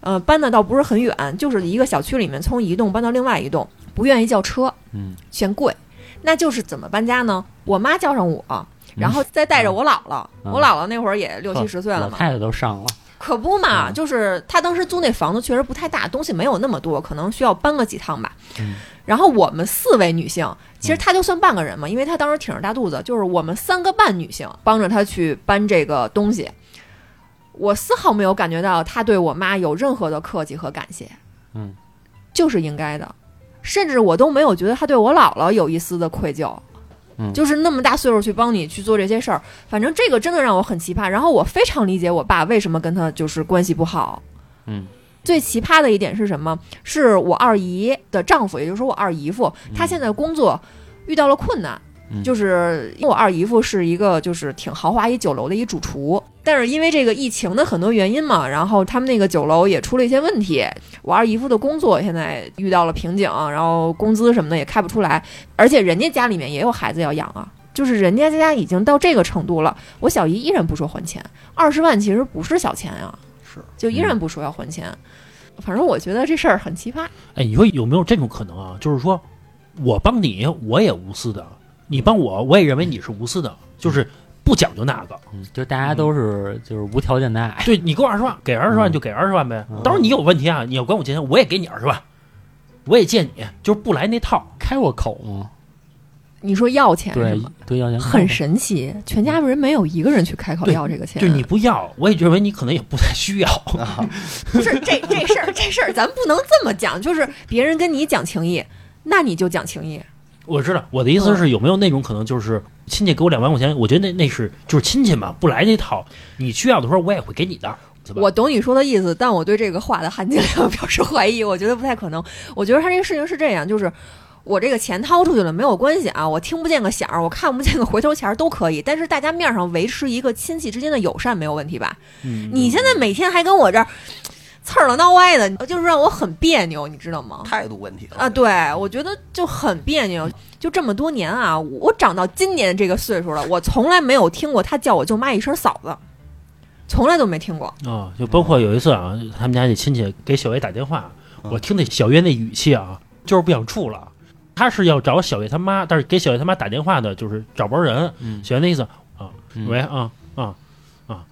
Speaker 6: 呃，搬的倒不是很远，就是一个小区里面从一栋搬到另外一栋，不愿意叫车，
Speaker 3: 嗯，
Speaker 6: 嫌贵。那就是怎么搬家呢？我妈叫上我，然后再带着我姥姥。
Speaker 3: 嗯
Speaker 6: 我姥姥那会儿也六七十岁了
Speaker 3: 老
Speaker 6: 嘛，
Speaker 3: 太太都上了，
Speaker 6: 可不嘛，
Speaker 3: 嗯
Speaker 6: 就是他当时租那房子确实不太大，东西没有那么多，可能需要搬个几趟吧。
Speaker 3: 嗯
Speaker 6: 然后我们四位女性，其实她就算半个人嘛，因为她当时挺着大肚子，就是我们三个半女性帮着她去搬这个东西。我丝毫没有感觉到她对我妈有任何的客气和感谢，
Speaker 3: 嗯，
Speaker 6: 就是应该的，甚至我都没有觉得她对我姥姥有一丝的愧疚。
Speaker 3: 嗯
Speaker 6: 就是那么大岁数去帮你去做这些事儿，反正这个真的让我很奇葩。然后我非常理解我爸为什么跟他就是关系不好。
Speaker 3: 嗯，
Speaker 6: 最奇葩的一点是什么？是我二姨的丈夫，也就是说我二姨夫，他现在工作遇到了困难。
Speaker 3: 嗯
Speaker 6: 就是因为我二姨夫是一个就是挺豪华一酒楼的一主厨，但是因为这个疫情的很多原因嘛，然后他们那个酒楼也出了一些问题，我二姨夫的工作现在遇到了瓶颈，然后工资什么的也开不出来，而且人家家里面也有孩子要养啊，就是人家家已经到这个程度了，我小姨依然不说还钱，二十万其实不是小钱啊，
Speaker 5: 是
Speaker 6: 就依然不说要还钱。反正我觉得这事儿很奇葩，
Speaker 4: 哎，你说有没有这种可能啊？就是说我帮你，我也无私的；你帮我，我也认为你是无私的，就是不讲究那个。
Speaker 3: 嗯就大家都是就是无条件的爱，
Speaker 4: 对你给我二十万，给二十万就给二十万呗。
Speaker 3: 哎嗯
Speaker 4: 到时候你有问题啊，你要管我借钱，我也给你二十万，我也借你，就是不来那套。
Speaker 6: 嗯
Speaker 3: 开过口吗？
Speaker 6: 你说要钱是
Speaker 3: 对
Speaker 6: 吗？
Speaker 3: 对，要钱
Speaker 6: 很神奇，全家人没有一个人去开口
Speaker 4: 对
Speaker 6: 要这个钱。啊
Speaker 4: 就你不要，我也认为你可能也不太需要。
Speaker 5: 嗯啊
Speaker 6: 不是这这事儿，这事儿咱不能这么讲，就是别人跟你讲情义，那你就讲情义。
Speaker 4: 我知道我的意思是，有没有那种可能，就是亲戚给我两万块钱，我觉得那那是就是亲戚嘛，不来那套。你需要的时候，我也会给你的，对吧？
Speaker 6: 我懂你说的意思，但我对这个话的含金量表示怀疑，我觉得不太可能。我觉得他这个事情是这样，就是我这个钱掏出去了没有关系啊，我听不见个响儿，我看不见个回头钱儿都可以，但是大家面上维持一个亲戚之间的友善没有问题吧？
Speaker 4: 嗯
Speaker 6: 你现在每天还跟我这儿刺儿了闹歪的，就是让我很别扭，你知道吗？
Speaker 5: 态度问题了
Speaker 4: 嗯
Speaker 6: 啊，，对，我觉得就很别扭。就这么多年啊，我长到今年这个岁数了，我从来没有听过他叫我舅妈一声嫂子。从来都没听过。
Speaker 4: 啊，就包括有一次啊，他们家那亲戚给小月打电话，我听那小月那语气啊，就是不想处了。他是要找小月他妈，但是给小月他妈打电话的，就是找不着人。
Speaker 3: 嗯
Speaker 4: 小月那意思啊，
Speaker 3: 嗯
Speaker 4: 喂啊啊啊，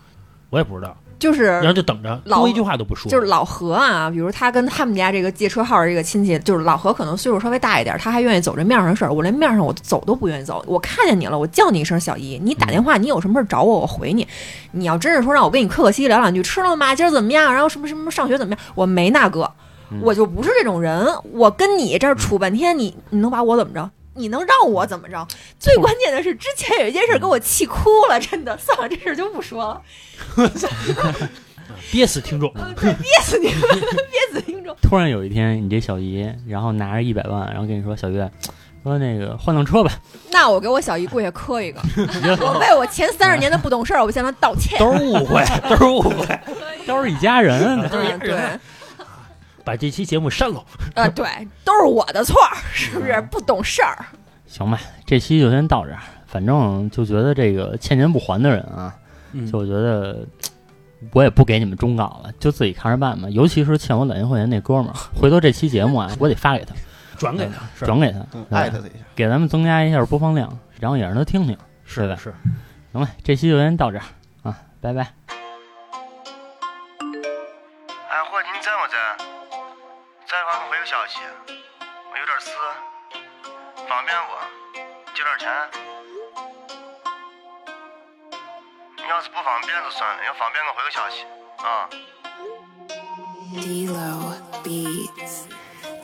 Speaker 4: 我也不知道，
Speaker 6: 就是
Speaker 4: 然后就等着，
Speaker 6: 老
Speaker 4: 多一句话都不说，
Speaker 6: 就是老何啊，比如他跟他们家这个借车号的这个亲戚，就是老何可能岁数稍微大一点，他还愿意走这面上的事儿。我连面上我走都不愿意走。我看见你了，我叫你一声小姨，你打电话，你有什么事儿找我，我回你。你要真是说让我跟你客客气气聊两句，吃了吗？今儿怎么样？然后什么什么上学怎么样？我没那个，我就不是这种人。我跟你这儿处半天，你你能把我怎么着？你能让我怎么着？最关键的是，之前有一件事给我气哭了，真的。算了，这事儿就不说了。
Speaker 4: 憋死听众。
Speaker 6: 呃对，憋死你们， 憋死听众。
Speaker 3: 突然有一天，你这小姨，然后拿着一百万，然后跟你说：“小月，说那个换辆车吧。
Speaker 6: 那我给我小姨跪下磕 一个，我为我前三十年的不懂事儿，我向她道歉。
Speaker 4: 都是误会，都是误会，
Speaker 3: 都是一家人，
Speaker 6: 嗯，对，
Speaker 4: 把这期节目删了。
Speaker 6: 呃，对，都是我的错儿，是不
Speaker 4: 嗯
Speaker 6: 是？不懂事儿，
Speaker 3: 行吧，这期就先到这儿。反正就觉得这个欠钱不还的人啊，
Speaker 4: 嗯
Speaker 3: 就我觉得嘖我也不给你们忠告了，就自己看着办吧。尤其是欠我两千块钱那哥们儿，回头这期节目 啊，我得发给他，
Speaker 4: 转给他，是
Speaker 3: 转给他，对
Speaker 5: 嗯
Speaker 3: 吧
Speaker 5: 艾特他一下，
Speaker 3: 给咱们增加一下播放量，然后也让他听听。对
Speaker 4: 是
Speaker 3: 吧
Speaker 4: 是，
Speaker 3: 行了，这期就先到这儿啊，拜拜。
Speaker 9: 哎，霍，您在不在？在的话，回个啊消息。我有点事，方便不？借点钱。你要是不方便就算了，要方便我回个消息啊。
Speaker 10: D-Lo Beats.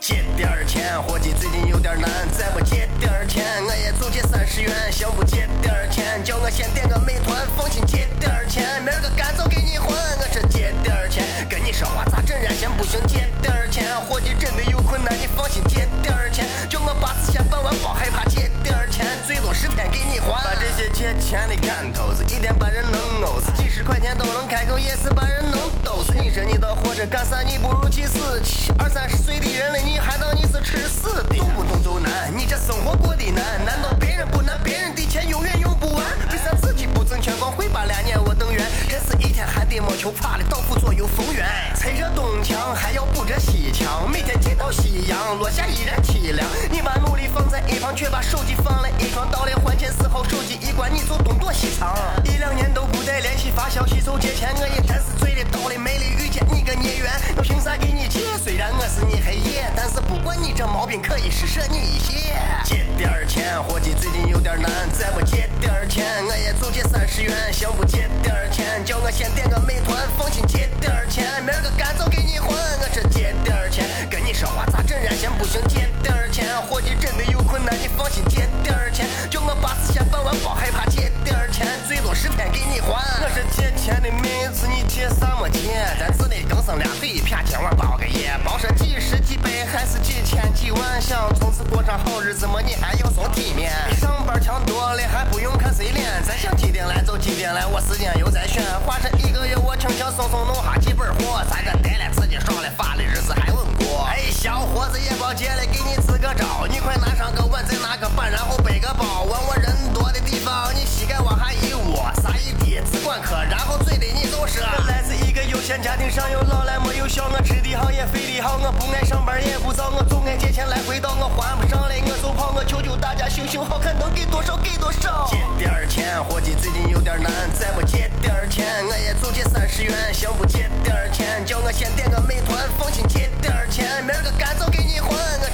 Speaker 9: 借点儿钱，伙计最近有点难，再不借点儿钱，我也就借三十元。行不借点儿钱，叫我先点个美团。放心借点儿钱，明儿个赶早给你还。我说借点儿钱，跟你说话咋整然嫌不行？借点儿钱，伙计真的有困难，你放心借点儿钱，叫我把事先办完，别害怕借点儿钱，最多十天给你还。把这些借钱的干头子，一天把人能呕死，几十块钱都能开口，也是把人弄抖死。你说你倒活着干啥？你不如去死去。二三十岁的人了，你还当你是吃屎的？动不动就难，你这生活过得难，难道别人不难？别人的钱永远用不完，为啥自己不挣钱，光会把两年我等冤？人是一天还得没球怕的，到处左右逢源。拆着东墙还要补着西墙，每天见到夕阳，落下依然凄凉。你把努力放在一旁，却把手机放了一旁。到了还钱时候，手机一关，你就东躲西藏。一两年都不带联系，发消息就借钱，我也真是醉了倒了霉了，遇见你个孽缘。我凭啥给你借？ 虽然我是你黑夜，但是不管你这毛病，可以施舍你一些。借点儿钱，伙计最近有点难，再不借点儿钱，我也就借三十元。行不借点儿钱，叫我先点个美团。放心借点儿钱，明儿个赶早给你还。我这借点儿钱，跟你说话咋整然嫌不行？借点儿钱，伙计真的有困难，你放心借点儿钱，叫我把事先办完，别害怕借点儿钱，最多十天给你还。我是借钱的妹子，你借什么借？咱自力更生俩嘴，骗千万包个夜，甭说几十几百，还是几千几万，想从此过上好日子么？你还要sống体面，比上班强多了，还不用看谁脸，咱想几点来就几点来，我时间由咱选。花这一个月，我轻轻松松弄哈几本货，咱这得了自己爽了发了，日子还稳过。哎，小伙子也包借了，给你支个招，你快拿上个碗，再拿个板，然后背个包，往我人多的地方，你膝盖往下一窝，啥一滴只管喝，然后醉的你就是。本来是一个有钱家庭，上有老来没有小，我吃的好也费的好，我不爱上班也不早，我总爱借钱来回倒，我还不上来我就跑，我求求大家行行好，看能给多少给多少。借点儿钱，伙计最近有点难，再不借点儿钱，我也就借三十元，行不借点儿钱，叫我先点个美团，放心借点儿钱，明儿个赶早给你还。我